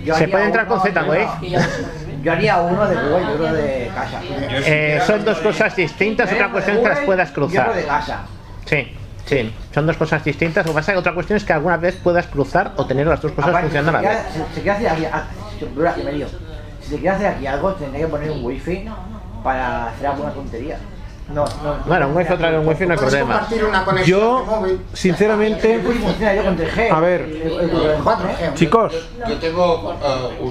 S12: Yo
S3: Se
S12: haría
S3: puede entrar
S12: uno
S3: con Z, ¿eh?
S12: de-
S3: güey.
S12: Yo haría uno de Google y otro de casa.
S3: Eh, son dos cosas distintas,
S12: ¿Eh?
S3: otra cuestión es que las puedas
S12: Y
S3: cruzar.
S12: otro de casa.
S3: Sí, sí, son dos cosas distintas. Lo que pasa es que otra cuestión es que alguna vez puedas cruzar o tener las dos cosas
S12: Aparte,
S3: funcionando a la
S12: si
S3: vez.
S12: se- Se quiere hacer aquí, ah, se- perdona, que me lío. Si se quiere hacer aquí algo, tendría que poner un wifi para hacer alguna tontería. No, no.
S3: Bueno, un wifi otra vez, un wifi no hay problema.
S2: Yo, sinceramente,
S12: El wifi funciona yo con 3G.
S2: a ver,
S12: El- el- el- el 4G.
S2: chicos,
S6: ¿eh? Yo tengo ah, un,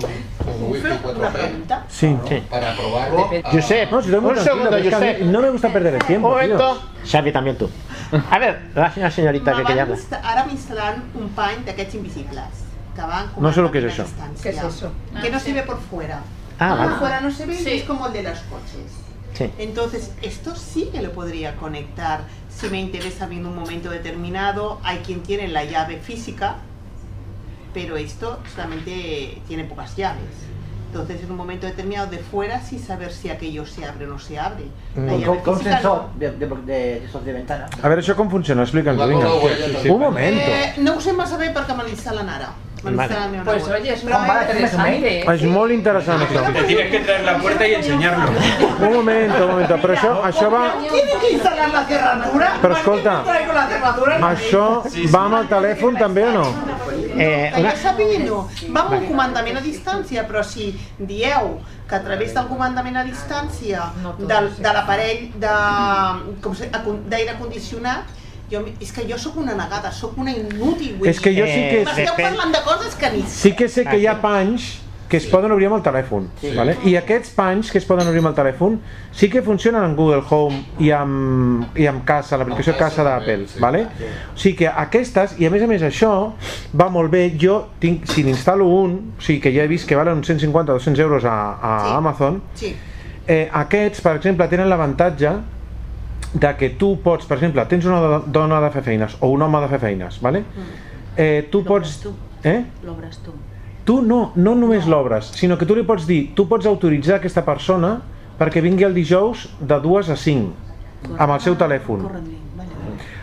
S6: un wifi 4G
S2: sí.
S6: para probarlo. Ah,
S3: Josep,
S2: No, si estoy muy
S3: un
S2: tranquilo,
S3: segundo,
S2: pero es que a mí
S3: Josep.
S2: no me gusta perder el
S3: Un
S2: tiempo.
S3: momento.
S2: tío.
S3: Xavi, también tú. A ver, la senyora senyorita que, que llama.
S9: M'abans- Ara m'instal·len un pany d'aquests invisibles que van
S3: No sé lo que es eso.
S9: ¿Qué es eso? Que no se ve por fuera.
S3: Ah,
S9: por
S3: vale.
S9: fuera no se ve y es como el de los coches.
S3: Sí.
S9: Entonces, esto sí que lo podría conectar si me interesa en un momento determinado. Hay quien tiene la llave física, pero esto solamente tiene pocas llaves. Entonces, en un momento determinado de fuera, sí saber si aquello se abre o no se abre. La
S3: Mm,
S12: Con-
S9: llave
S12: Con, con un
S9: física no.
S12: sensor de, de, de, de esos de ventana.
S2: A ver, ¿eso cómo funciona? Explícanos, venga. Un momento.
S9: Eh, no ho sé massa bé perquè me l'instal·len ara. Me
S2: Vale.
S9: l'instal·len ara.
S4: Pues, oye, es una
S9: Però,
S4: idea interesante, ¿eh?
S2: Es muy interesante.
S16: Te tienes que traer la puerta y enseñarlo.
S2: Un moment, un moment, però això, això va...
S9: Tiene que instalar la cerradura.
S2: Però escolta,
S9: Traigo la cerradura.
S2: això va amb el telèfon també o no?
S3: Eh,
S9: Que jo sàpiga, no. Va amb
S3: Vale.
S9: un comandament a distància, però si dieu que a través del comandament a distància del, de l'aparell de, com se- acon- d'aire condicionat, jo, és que jo sóc una negada, sóc una inútil. vull
S2: És que
S9: dir.
S2: jo sí que-
S9: M'esteu
S2: Depèn.
S9: parlant de coses que ni
S2: Sí que sé que hi ha panys que es poden obrir amb el telèfon,
S9: Sí.
S2: vale? i aquests panys que es poden obrir amb el telèfon sí que funcionen en Google Home i amb, i amb Casa, l'aplicació Casa d'Apple. Vale? O sigui que aquestes, i a més a més això, va molt bé, jo tinc, si n'instal·lo un, o sigui que ja he vist que valen uns 150 o 200 euros a, a Amazon,
S9: Sí.
S2: Eh, aquests, per exemple, tenen l'avantatge de que tu pots, per exemple, tens una do- dona de fer feines o un home de fer feines, vale? Eh, tu pots... Eh?
S10: L'obres tu.
S2: Tu no, no només l'obres, sinó que tu li pots dir, tu pots autoritzar aquesta persona perquè vingui el dijous de 2 a 5 amb el seu telèfon.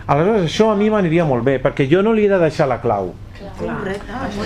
S2: Aleshores, això a mi m'aniria molt bé, perquè jo no li he de deixar la clau. Jo
S4: Ah,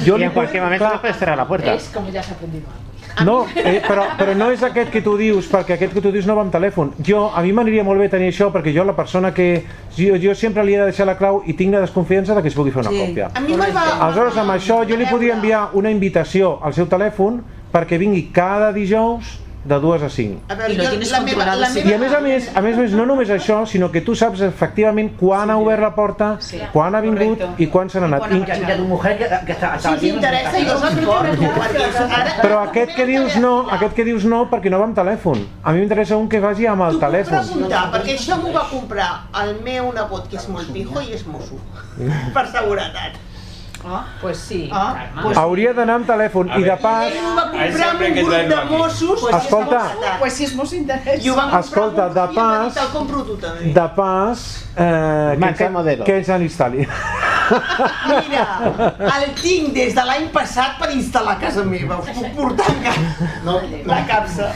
S3: I en
S2: li puc-
S3: cualquier momento le puedes cerrar la puerta.
S4: Es como ya has aprendido algo.
S2: No, eh, però, però no és aquest que tu dius, perquè aquest que tu dius no va amb telèfon. Jo, a mi m'aniria molt bé tenir això, perquè jo la persona que... Jo, jo sempre li he de deixar la clau i tinc la desconfiança de que es pugui fer una
S9: Sí.
S2: còpia.
S9: A mi me'l va-
S2: Aleshores, amb això, jo li podria enviar una invitació al seu telèfon perquè vingui cada dijous de 2 a 5.
S9: A veure, jo, la meva, la
S2: I a més a més, a més a més, no només això, sinó que tu saps efectivament quan ha obert la porta, quan ha vingut i quan se n'ha anat.
S12: I que, i que tu mujer que, que està,
S9: Si
S12: estava
S9: us interessa, jo us explico, perquè ara
S2: Però aquest que dius no, aquest que dius no perquè no va amb telèfon. A mi m'interessa un que vagi amb el telèfon.
S9: preguntar, perquè això m'ho va comprar el meu nebot, que és molt pijo i és mosso, per seguretat. Ah, pues sí, ah, pues
S2: Hauria d'anar amb telèfon i de pas...
S9: Ho va comprar amb un grup de Mossos.
S2: Pues Escolta. si és
S9: pues si és mosso interessa. I ho van
S2: Escolta, de pas,
S9: te'l compro tu també.
S2: de pas, eh,
S3: Marca
S2: que ens-
S3: modelo.
S2: que ens han instal·li.
S9: Mira, el tinc des de l'any passat per instal·lar a casa meva. Us puc portar encara no, la capsa.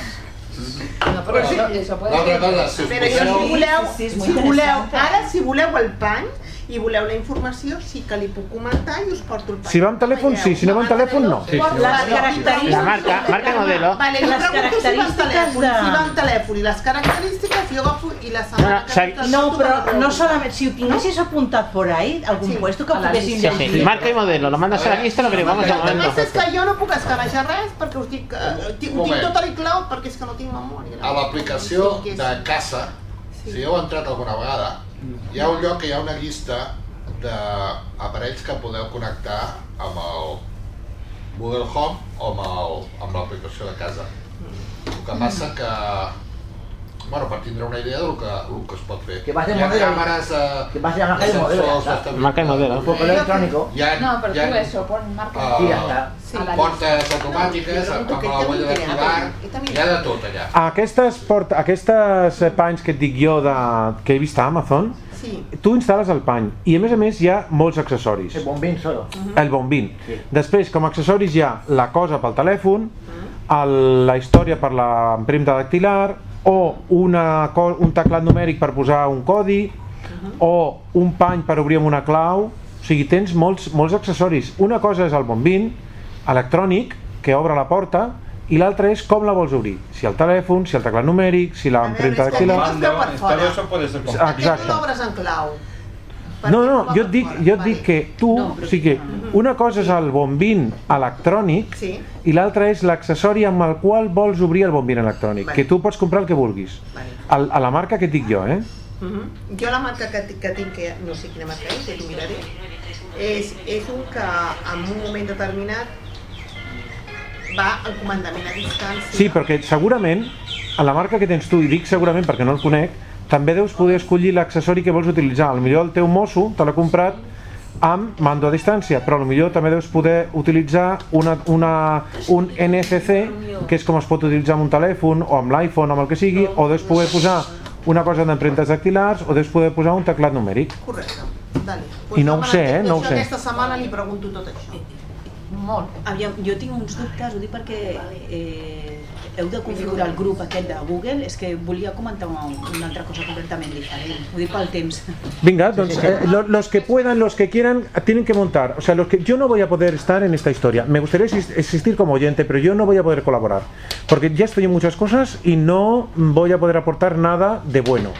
S4: No, però això, això puede
S6: No, no, no, no, si us
S9: Però jo, si
S6: poseu-
S9: voleu,
S4: Sí, sí, és molt
S9: si voleu,
S4: interessant.
S9: ara si voleu el pany, i voleu la informació, sí que li puc comentar i us porto el
S2: Si va amb telèfon, sí. Si no va amb telèfon, no.
S9: Sí, sí. Les característiques-
S3: La marca, marca i modelo.
S9: Vale, les
S11: Les
S9: característiques
S11: característiques
S9: telèfon,
S11: de-
S9: si va amb telèfon i les característiques, jo agafo i
S2: Ah.
S9: les
S3: No, no, sabe-
S11: No, pero no solamente, si tuvieses apuntado por ahí, algún puesto que
S9: a la
S11: pudiese
S3: Ah, Sí, sí. Marca y modelo, lo mandas a la lista, lo averiguamos al
S9: El que
S3: momento.
S9: passa és que jo no puc escaraixar res perquè us dic, eh, tinc,
S6: Un
S9: ho tinc
S6: moment.
S9: tot a l'iCloud perquè és que no tinc memòria.
S6: a l'aplicació de casa, si heu entrat alguna vegada, hi ha un lloc que hi ha una llista d'aparells que podeu connectar amb el Google Home o amb el- amb l'aplicació de casa. El que passa que, bueno, per tindre una idea del que, del que es pot fer.
S12: Que va ser
S6: hi ha
S12: modelo.
S6: càmeres de,
S12: eh, Que va ser marca
S6: de
S12: y modelo, ya
S6: sensors
S12: está.
S6: bastament-
S3: Marca y modelo.
S12: Correo electrónico.
S6: Hi ha,
S4: No, pero
S6: hi ha
S4: tú eso, pon marca.
S6: ah,
S12: Sí, ya está.
S4: Sí.
S6: portes automàtiques amb amb la huella dactilar, hi ha de tot allà.
S2: Aquestes, port... Aquestes eh, panys que et dic jo de... que he vist a Amazon,
S9: Sí.
S2: tu instal·les el pany i a més a més hi ha molts accessoris.
S12: El bombín solo.
S2: El bombín. Després, com a accessoris hi ha la cosa pel telèfon, el, la història per l'empremta dactilar, o una, co- un teclat numèric per posar un codi, o un pany per obrir amb una clau, o sigui, tens molts, molts accessoris. Una cosa és el bombín electrònic, que obre la porta, i l'altra és com la vols obrir, si el telèfon, si el teclat numèric, si l'empremta
S9: és que
S2: dactilar...
S9: no es veu per fora. Todo eso
S16: puede ser
S9: Aquest
S2: Exacte.
S9: no obres en clau.
S2: No, no, jo et dic, jo et dic que tu, o sigui, una cosa és el bombín electrònic
S9: Sí.
S2: i l'altra és l'accessori amb el qual vols obrir el bombín electrònic, que tu pots comprar el que vulguis. Al- A la marca que et dic jo, eh?
S9: Mhm. Jo la marca que, ti- que tinc, que no sé quina marca és, ja t'ho miraré, és, és un que en un moment determinat va al comandament a distància.
S2: Sí, perquè segurament, a la marca que tens tu, i dic segurament perquè no el conec, també deus poder escollir l'accessori que vols utilitzar. Al millor el teu mosso te l'ha comprat amb mando a distància, però a lo millor també deus poder utilitzar una, una, un NFC, que és com es pot utilitzar amb un telèfon, o amb l'iPhone, amb el que sigui, o deus poder posar una cosa d'empremtes dactilars, o deus poder posar un teclat numèric.
S9: Correcte. pues
S2: I no ho sé, eh? No ho
S9: Això
S2: sé.
S9: Aquesta setmana li pregunto tot això.
S10: Molt. Aviam, jo tinc uns dubtes, ho dic perquè eh, heu de configurar el grup aquest de Google, és que volia comentar una, una altra cosa completament diferent, ho dic pel temps.
S2: Venga, entonces, eh, lo- los que puedan, los que quieran, tienen que montar. O sea, los que yo no voy a poder estar en esta historia. Me gustaría exis- existir como oyente, pero yo no voy a poder colaborar. Porque ya estoy en muchas cosas y no voy a poder aportar nada de bueno.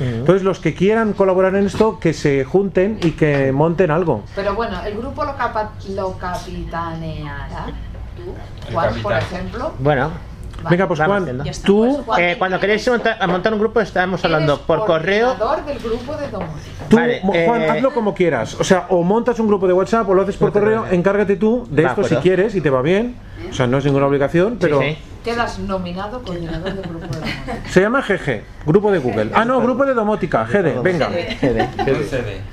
S2: Entonces, los que quieran colaborar en esto, que se junten y que monten algo.
S4: Pero bueno, el grupo lo, capa- lo capitaneará. Tú, Juan, por
S3: capitán.
S4: ejemplo.
S3: Bueno.
S2: Venga, pues Juan,
S3: tú, eh, cuando queréis monta- montar un grupo, estamos hablando por correo.
S4: Coordinador del grupo de Domus.
S2: Tú,
S3: Vale,
S2: Mo- Juan,
S3: eh,
S2: hazlo como quieras. O sea, o montas un grupo de WhatsApp o lo haces por correo, encárgate tú de
S3: Va,
S2: esto si
S3: acuerdo.
S2: quieres y te va bien. O sea, no es ninguna obligación, pero...
S4: Quedas nominado coordinador del grupo de Domus.
S2: Se llama GG, grupo de Google. Ah, no, grupo de domótica, GD, venga.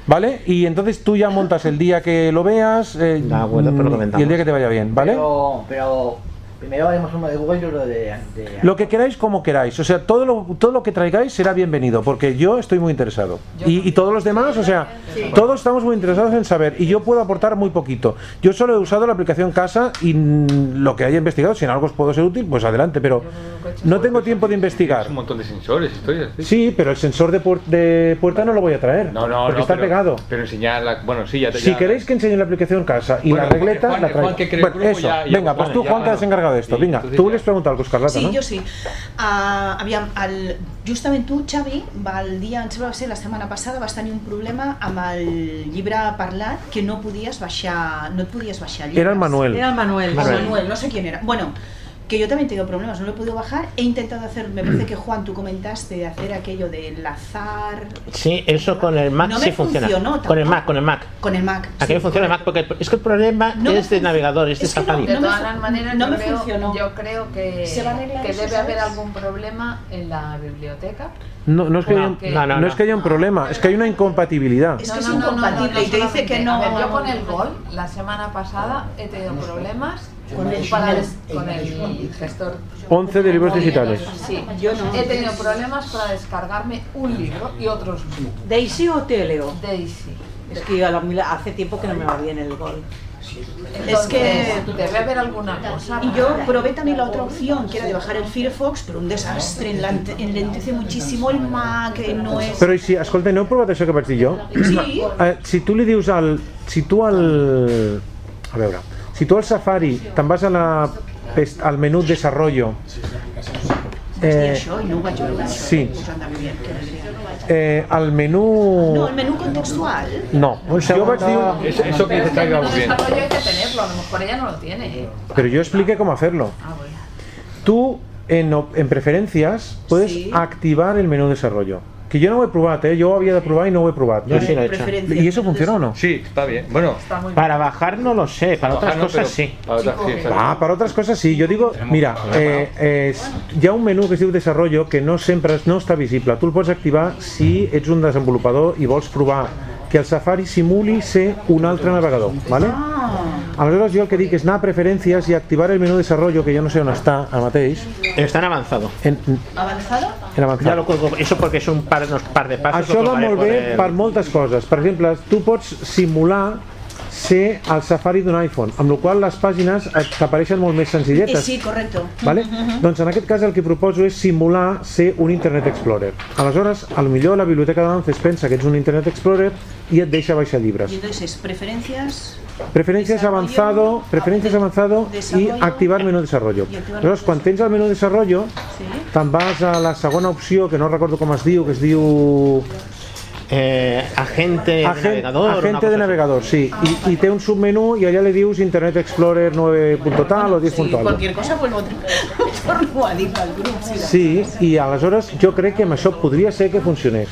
S2: ¿Vale? Y entonces tú ya montas el día que lo veas eh, y el día que te vaya bien, ¿vale?
S12: Pero, pero primero haremos uno de Google y otro de, de
S2: Lo que queráis como queráis, o sea, todo lo, todo lo que traigáis será bienvenido, porque yo estoy muy interesado. Y, y todos los demás, o sea,
S12: Sí.
S2: todos estamos muy interesados en saber, y yo puedo aportar muy poquito. Yo solo he usado la aplicación Casa y mm, lo que haya investigado, si en algo os puedo ser útil, pues adelante, pero no tengo tiempo de investigar.
S7: Un montón de sensores, historias.
S2: Sí, pero el sensor de, puer- de puerta no lo voy a traer.
S7: No, no,
S2: porque
S7: no,
S2: está
S7: pero-
S2: pegado.
S7: Pero enseñar la. Bueno, sí, ya te
S2: Si
S7: ya-
S2: queréis que enseñe la aplicación casa y
S7: Bueno,
S2: la regleta,
S7: Juan-
S2: la traigo.
S7: Juan que cree el
S2: Bueno,
S7: grupo
S2: eso,
S7: ya- ya
S2: venga, pues
S7: pone,
S2: tú,
S7: ya,
S2: Juan, que has
S7: bueno.
S2: encargado de esto.
S7: Sí,
S2: venga,
S7: entonces
S2: tú les preguntas algo, Escarlata,
S10: Sí,
S2: ¿no?
S10: jo sí. Uh, aviam, el, justament tu, Xavi, va el dia, em sembla que va ser la setmana passada, vas tenir un problema amb el llibre parlat que no podies baixar, no et podies baixar llibres.
S2: Era el Manuel. Era el Manuel.
S10: El
S2: Manuel.
S10: Manuel, no sé quién era. Bueno, que yo también tengo problemas, no lo he podido bajar. He intentado hacer, me parece que Juan, tú comentaste de hacer aquello de enlazar
S3: Sí, eso con el Mac
S10: No me
S3: sí funciona.
S10: funcionó
S3: Con el Mac, con el Mac.
S10: con el Mac.
S3: Aquí no funciona el Mac porque el- es que el problema
S10: No me
S3: es de navegador, es de Safari.
S4: De todas las maneras,
S10: no
S4: yo,
S10: me
S4: creo,
S10: funcionó.
S4: yo creo que,
S10: Se va a arreglar
S4: que
S10: eso,
S4: debe
S10: ¿sabes?
S4: haber algún problema en la biblioteca.
S2: No, no es que,
S4: No,
S2: haya, un-
S4: que- No, no,
S2: no es
S4: no.
S2: que haya un problema, es que hay una incompatibilidad.
S10: Es que es incompatible y te dice que
S4: solamente.
S10: no-
S4: A ver, yo con el gol, la semana pasada, he tenido problemas
S10: Con el-
S4: para des- con el gestor
S2: 11 de libros digitales.
S4: Sí,
S11: Yo no.
S4: He tenido problemas para descargarme un libro y otros no.
S11: ¿Daisy o Teleo?
S4: Daisy.
S11: Es que yo a la- hace tiempo que no me va bien el gol.
S10: Es que
S4: Entonces, debe haber alguna cosa.
S10: Y yo probé también la otra opción, que era de bajar el Firefox, pero un desastre, enlante- enlentece muchísimo el Mac, eh, no es...
S2: Però i si, escolta, no heu provat això que vaig dir jo?
S10: Sí.
S2: Eh, si tu li dius al... Si tu al... A veure, si tu al Safari te'n vas a la, pest- al menú Desarrollo,
S10: Vaig dir
S2: eh,
S10: això i no ho vaig veure, això.
S2: sí.
S10: Pues anda muy bien, que alegria.
S2: eh, al menú...
S10: No, el menú contextual.
S2: No, jo vaig dir...
S7: Es- eso que dice Taiga muy bien.
S4: Desarrollo hay que tenerlo, a lo mejor ella no lo tiene. ¿eh?
S2: Pero yo expliqué cómo hacerlo. Tú en, op- en preferencias puedes activar el menú desarrollo. Que yo no voy a probar, ¿eh? yo había de probar y no voy a probar.
S3: Yo sí lo he hecho. Preferencias,
S2: ¿Y eso funciona o no?
S7: Sí, está bien. Bueno,
S3: Para bajar no lo sé, para otras
S2: Bajar no,
S3: cosas
S2: pero
S3: sí.
S7: para otras sí, exacto.
S2: Ah, para otras cosas sí. Yo digo, mira, eh, es, hi ha un menú que es diu Desarrollo que no sempre no està visible. Tu el pots activar si ets un desenvolupador i vols provar que el Safari simuli ser un altre navegador. ¿vale?
S10: Ah,
S2: Aleshores jo el que dic és anar a preferències i activar el menú desarrollo, que jo no sé on està ara mateix.
S3: Està en avançado.
S2: En,
S10: ¿Avanzado?
S2: en avançat.
S3: Ya lo cuelgo, eso porque es un par, unos par de pasos.
S2: Això
S3: lo
S2: va
S3: colgaré
S2: molt
S3: por
S2: bé
S3: el-
S2: per moltes coses. Per exemple, tu pots simular ser el Safari d'un iPhone, amb la qual cosa les pàgines et- t'apareixen molt més
S10: Eh,
S2: senzilletes.
S10: sí, Mm, correcto.
S2: Vale?
S10: Ujú, ujú.
S2: Doncs en aquest cas el que proposo és simular ser un Internet Explorer. Aleshores, a lo millor la biblioteca d'Avances pensa que ets un Internet Explorer i et deixa baixar
S10: Y
S2: llibres.
S10: entonces, preferencias...
S2: Preferències avançado, preferències avançado i activar menú desarrollo.
S10: I activar
S2: Aleshores, quan tens el menú desarrollo, te'n vas a la segona opció, que no recordo com es diu, que es diu...
S3: Eh, agente de
S2: Agen-
S3: navegador, una
S2: agente
S3: cosa
S2: de
S3: així.
S2: navegador, sí. I, I té un submenú i allà li dius Internet Explorer 9. tal o 10.
S10: Sí,
S2: tal.
S10: cualquier cosa pues vuelvo a torno a dir al grup.
S2: Sí, i aleshores jo crec que amb això podria ser que funcionés.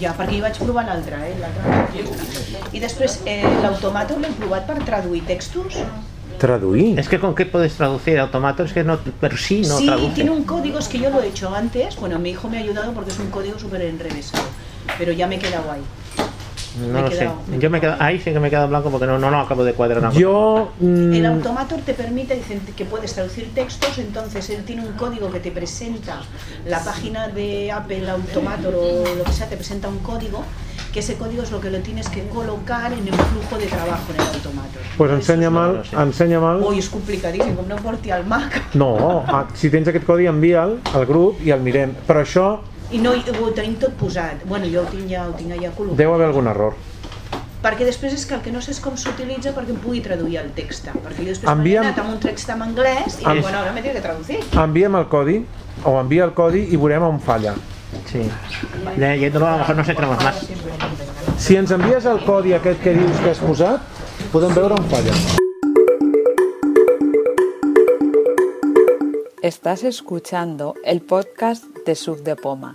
S10: Ja, perquè hi vaig provar l'altra, eh? l'altra. I després, eh, l'automato l'hem provat per traduir textos.
S2: Traduir.
S3: Es que con qué puedes traducir automato, es que no, pero sí no
S10: sí,
S3: traduce.
S10: tiene un código, es que yo lo he hecho antes. Bueno, mi hijo me ha ayudado porque es un código súper enrevesado. Pero ya me he quedado ahí.
S3: No
S10: me he
S3: lo
S10: quedado-
S3: sé. Yo me quedo, ahí sí que me he quedado en blanco porque no, no, no acabo de cuadrar nada.
S2: Yo
S3: Mm.
S2: mm,
S10: El automator te permite, dicen que puedes traducir textos, entonces él tiene un código que te presenta la página de Apple Automator o lo que sea, te presenta un código, que ese código es lo que lo tienes que colocar en el flujo de trabajo en el automator.
S2: pues ensenya mal, ensenya mal.
S10: Hoy es complicadísimo, no porti al Mac.
S2: No, a- si tens aquest codi envia'l al grup i el mirem. Però això
S10: I no, hi- ho tenim tot posat. Bueno, jo ho tinc ja, ho tinc allà col·locat.
S2: deu haver algun error.
S10: Perquè després és que el que no sé és com s'utilitza perquè em pugui traduir el text. Perquè jo després
S2: Envia'm-
S10: m'he anat amb un text en anglès i
S2: Am-
S10: dic, bueno, ara me tiene que traducir.
S2: Envia'm el codi o envia el codi i veurem on falla.
S3: Sí. Leyéndolo a lo mejor no sé creemos más.
S2: Si ens envies el codi aquest que dius que has posat, podem veure on falla.
S15: Estás escuchando el podcast de Sub de Poma.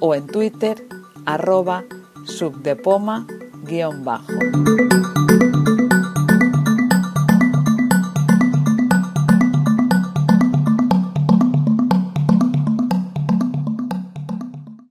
S15: o en twitter arroba subdepoma guión bajo.